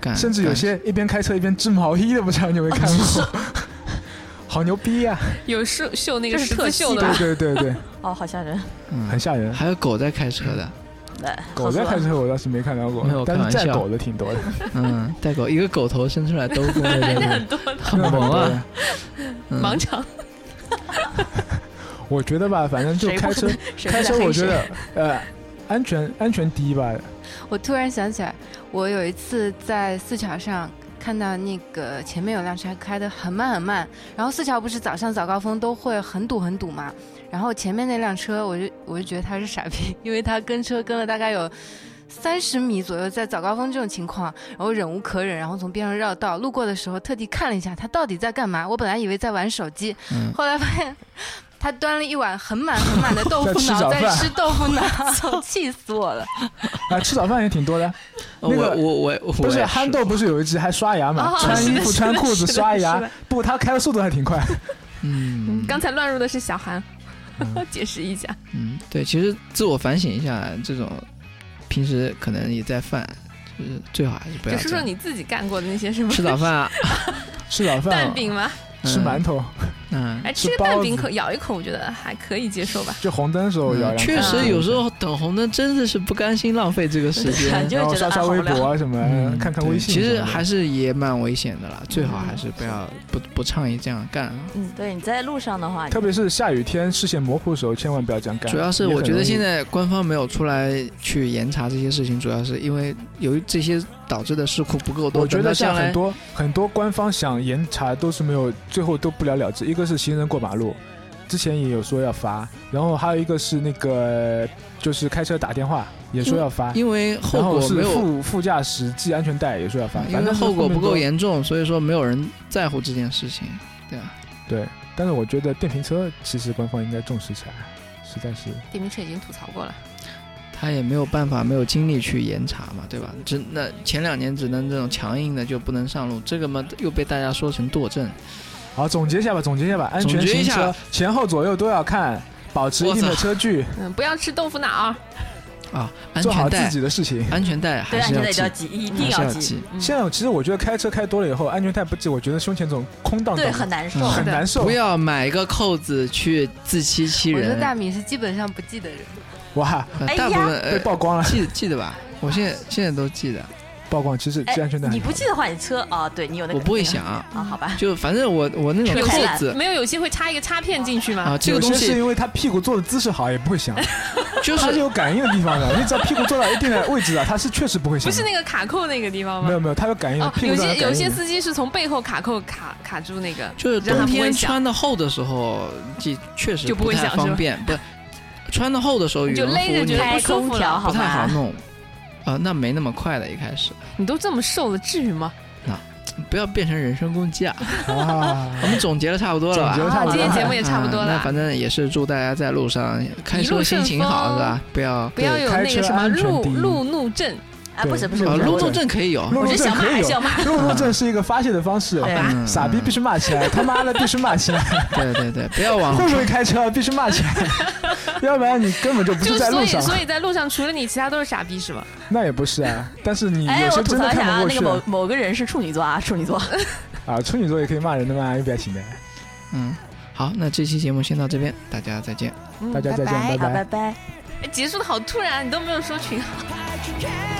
干甚至有干些一边开车一边织毛衣的，不知道你有没有看过？ 好牛逼呀、有秀秀那个这是特自己秀的吧吧？对对对对，哦，好吓人。嗯很，吓人。 还有狗在开车 的，来，狗在喝开喝车我倒是没看到过没有，但开是玩载笑狗的挺多的，嗯，带狗一个狗头伸出来兜风，对对 对很多的很那萌多啊的。。嗯盲肠，我觉得吧，反正就谁不开车，谁开在车黑我觉谁得呃，安全安全第一吧。我突然想起来，我有一次在四桥上看到那个前面有辆车开得很慢很慢，然后四桥不是早上早高峰都会很堵很堵嘛，然后前面那辆车我就我就觉得他是傻逼，因为他跟车跟了大概有。三十米左右，在早高峰这种情况，然后忍无可忍，然后从边上绕道。路过的时候，特地看了一下他到底在干嘛。我本来以为在玩手机， 嗯后来发现他端了一碗很满很满的豆腐在吃脑，早在饭吃豆腐 脑，气死我了！啊，吃早饭也挺多的。哦我那个我我我不是也憨豆，不是有一集还刷牙嘛？哦穿是衣的服、是穿的裤子、是的刷是牙的，不，他开的速度还挺快。嗯，刚才乱入的是小韩， 解释一下。嗯，对，其实自我反省一下，这种平时可能也在犯，就是最好还是不要就这说样。说你自己干过的那些什么吃早饭啊，吃早饭，蛋饼吗？ 吃馒头，头，嗯，哎，吃吃个包蛋饼子可咬一口，我觉得还可以接受吧。就红灯的时候咬两嗯口。确实嗯有时候等红灯真的是不甘心浪费这个时 对间 就。然后觉得刷啊刷好微无聊博啊什么，嗯看看对微信其什么实的。嗯还是也蛮危险的啦，最好还是不要不不倡议这样干啊。嗯，对，你在路上的话，特别是下雨天视线模糊的时候，千万不要这样干。主要是也很我觉得容易现在官方没有出来去严查这些事情，主要是因为由于这些导致的事故不够多。我觉等到得像将很来，多很多官方想严查都是没有，最后都不了了之。一个是行人过马路，之前也有说要罚，然后还有一个是那个就是开车打电话也说要罚，嗯因为后然后果是没有副副驾驶系安全带也说要罚，因反为正后果不够严。严重，所以说没有人在乎这件事情，对吧？对，但是我觉得电瓶车其实官方应该重视起来，实在是电瓶车已经吐槽过了，他也没有办法，没有精力去严查嘛，对吧？只那前两年只能这种强硬的就不能上路，这个嘛又被大家说成惰政。好，总结一下吧，总结一下吧，安总全结一行下车前后左右都要看，保持一定我的操车距，嗯，不要吃豆腐脑，啊，安做好全自带，己的事情。安全带对还安是全要带一系。定要系，还是一定要要系系。嗯现在其实我觉得开车开多了以后，安全带不系，我觉得胸前总空荡荡对的，很难受，很难受不。要买一个扣子去自欺欺我觉人得。大米是基本上不记得人，哇，呃哎呀大部分被呃曝光了，记记得吧？我现在现在都记得，曝光其实哎系安全带，你不系的话，你车啊，对你有那我个不会那个想啊，啊，好吧，就反正我我那种有太扣懒子些没有有些会插一个插片进去吗？啊，这个有东些是西因为他屁股坐的姿势好，也不会响，就它是是有感应的地方的。你只要屁股坐到一定的位置啊，它是确实不会响不 的。是那个卡扣那个地方没吗？有没有，它有感应的，哦，屁有股上些感有应些的司机是从背后卡扣卡卡住那个，就是让它冬不会天响穿的厚的时候，记确实就不会太响是吧方便，不穿的厚的时候，你羽就绒服勒着你觉得不嗯开舒空服调了。不好太好吧？弄。啊，那没那么快的，一开始你都这么瘦了，至于吗？不要变成人身攻击啊！啊 我，们总结的差不多了吧总？结得啊差不今多天了 节目也差不多啊了那，反正也是祝大家在路上开一路车心顺情好风是吧？不要不要有那个什么开车安全路第一路怒症。啊，不是不是，对啊，不是路嗯路怒怒症可以有，路 我怒是症想骂可以还有是，要骂？路怒症是一个发泄的方式。对嗯傻逼必须骂起来，他妈的必须骂起来。对对对，不要啊往会不会开车必须 骂起来，要不然你根本就不就是在所路以上。所以在路上除了你，其他都是傻逼是吗？那也不是啊，但是你哎有，时我候吐真的槽一下看啊不，过那个去某某个人是处女座啊，处女座，啊。处女座也可以骂人的嘛，又不要紧的。嗯，好，那这期节目先到这边，大家再见。大家再见，拜拜拜好，拜拜。哎结束的好突然，你都没有说群 Catch a cat.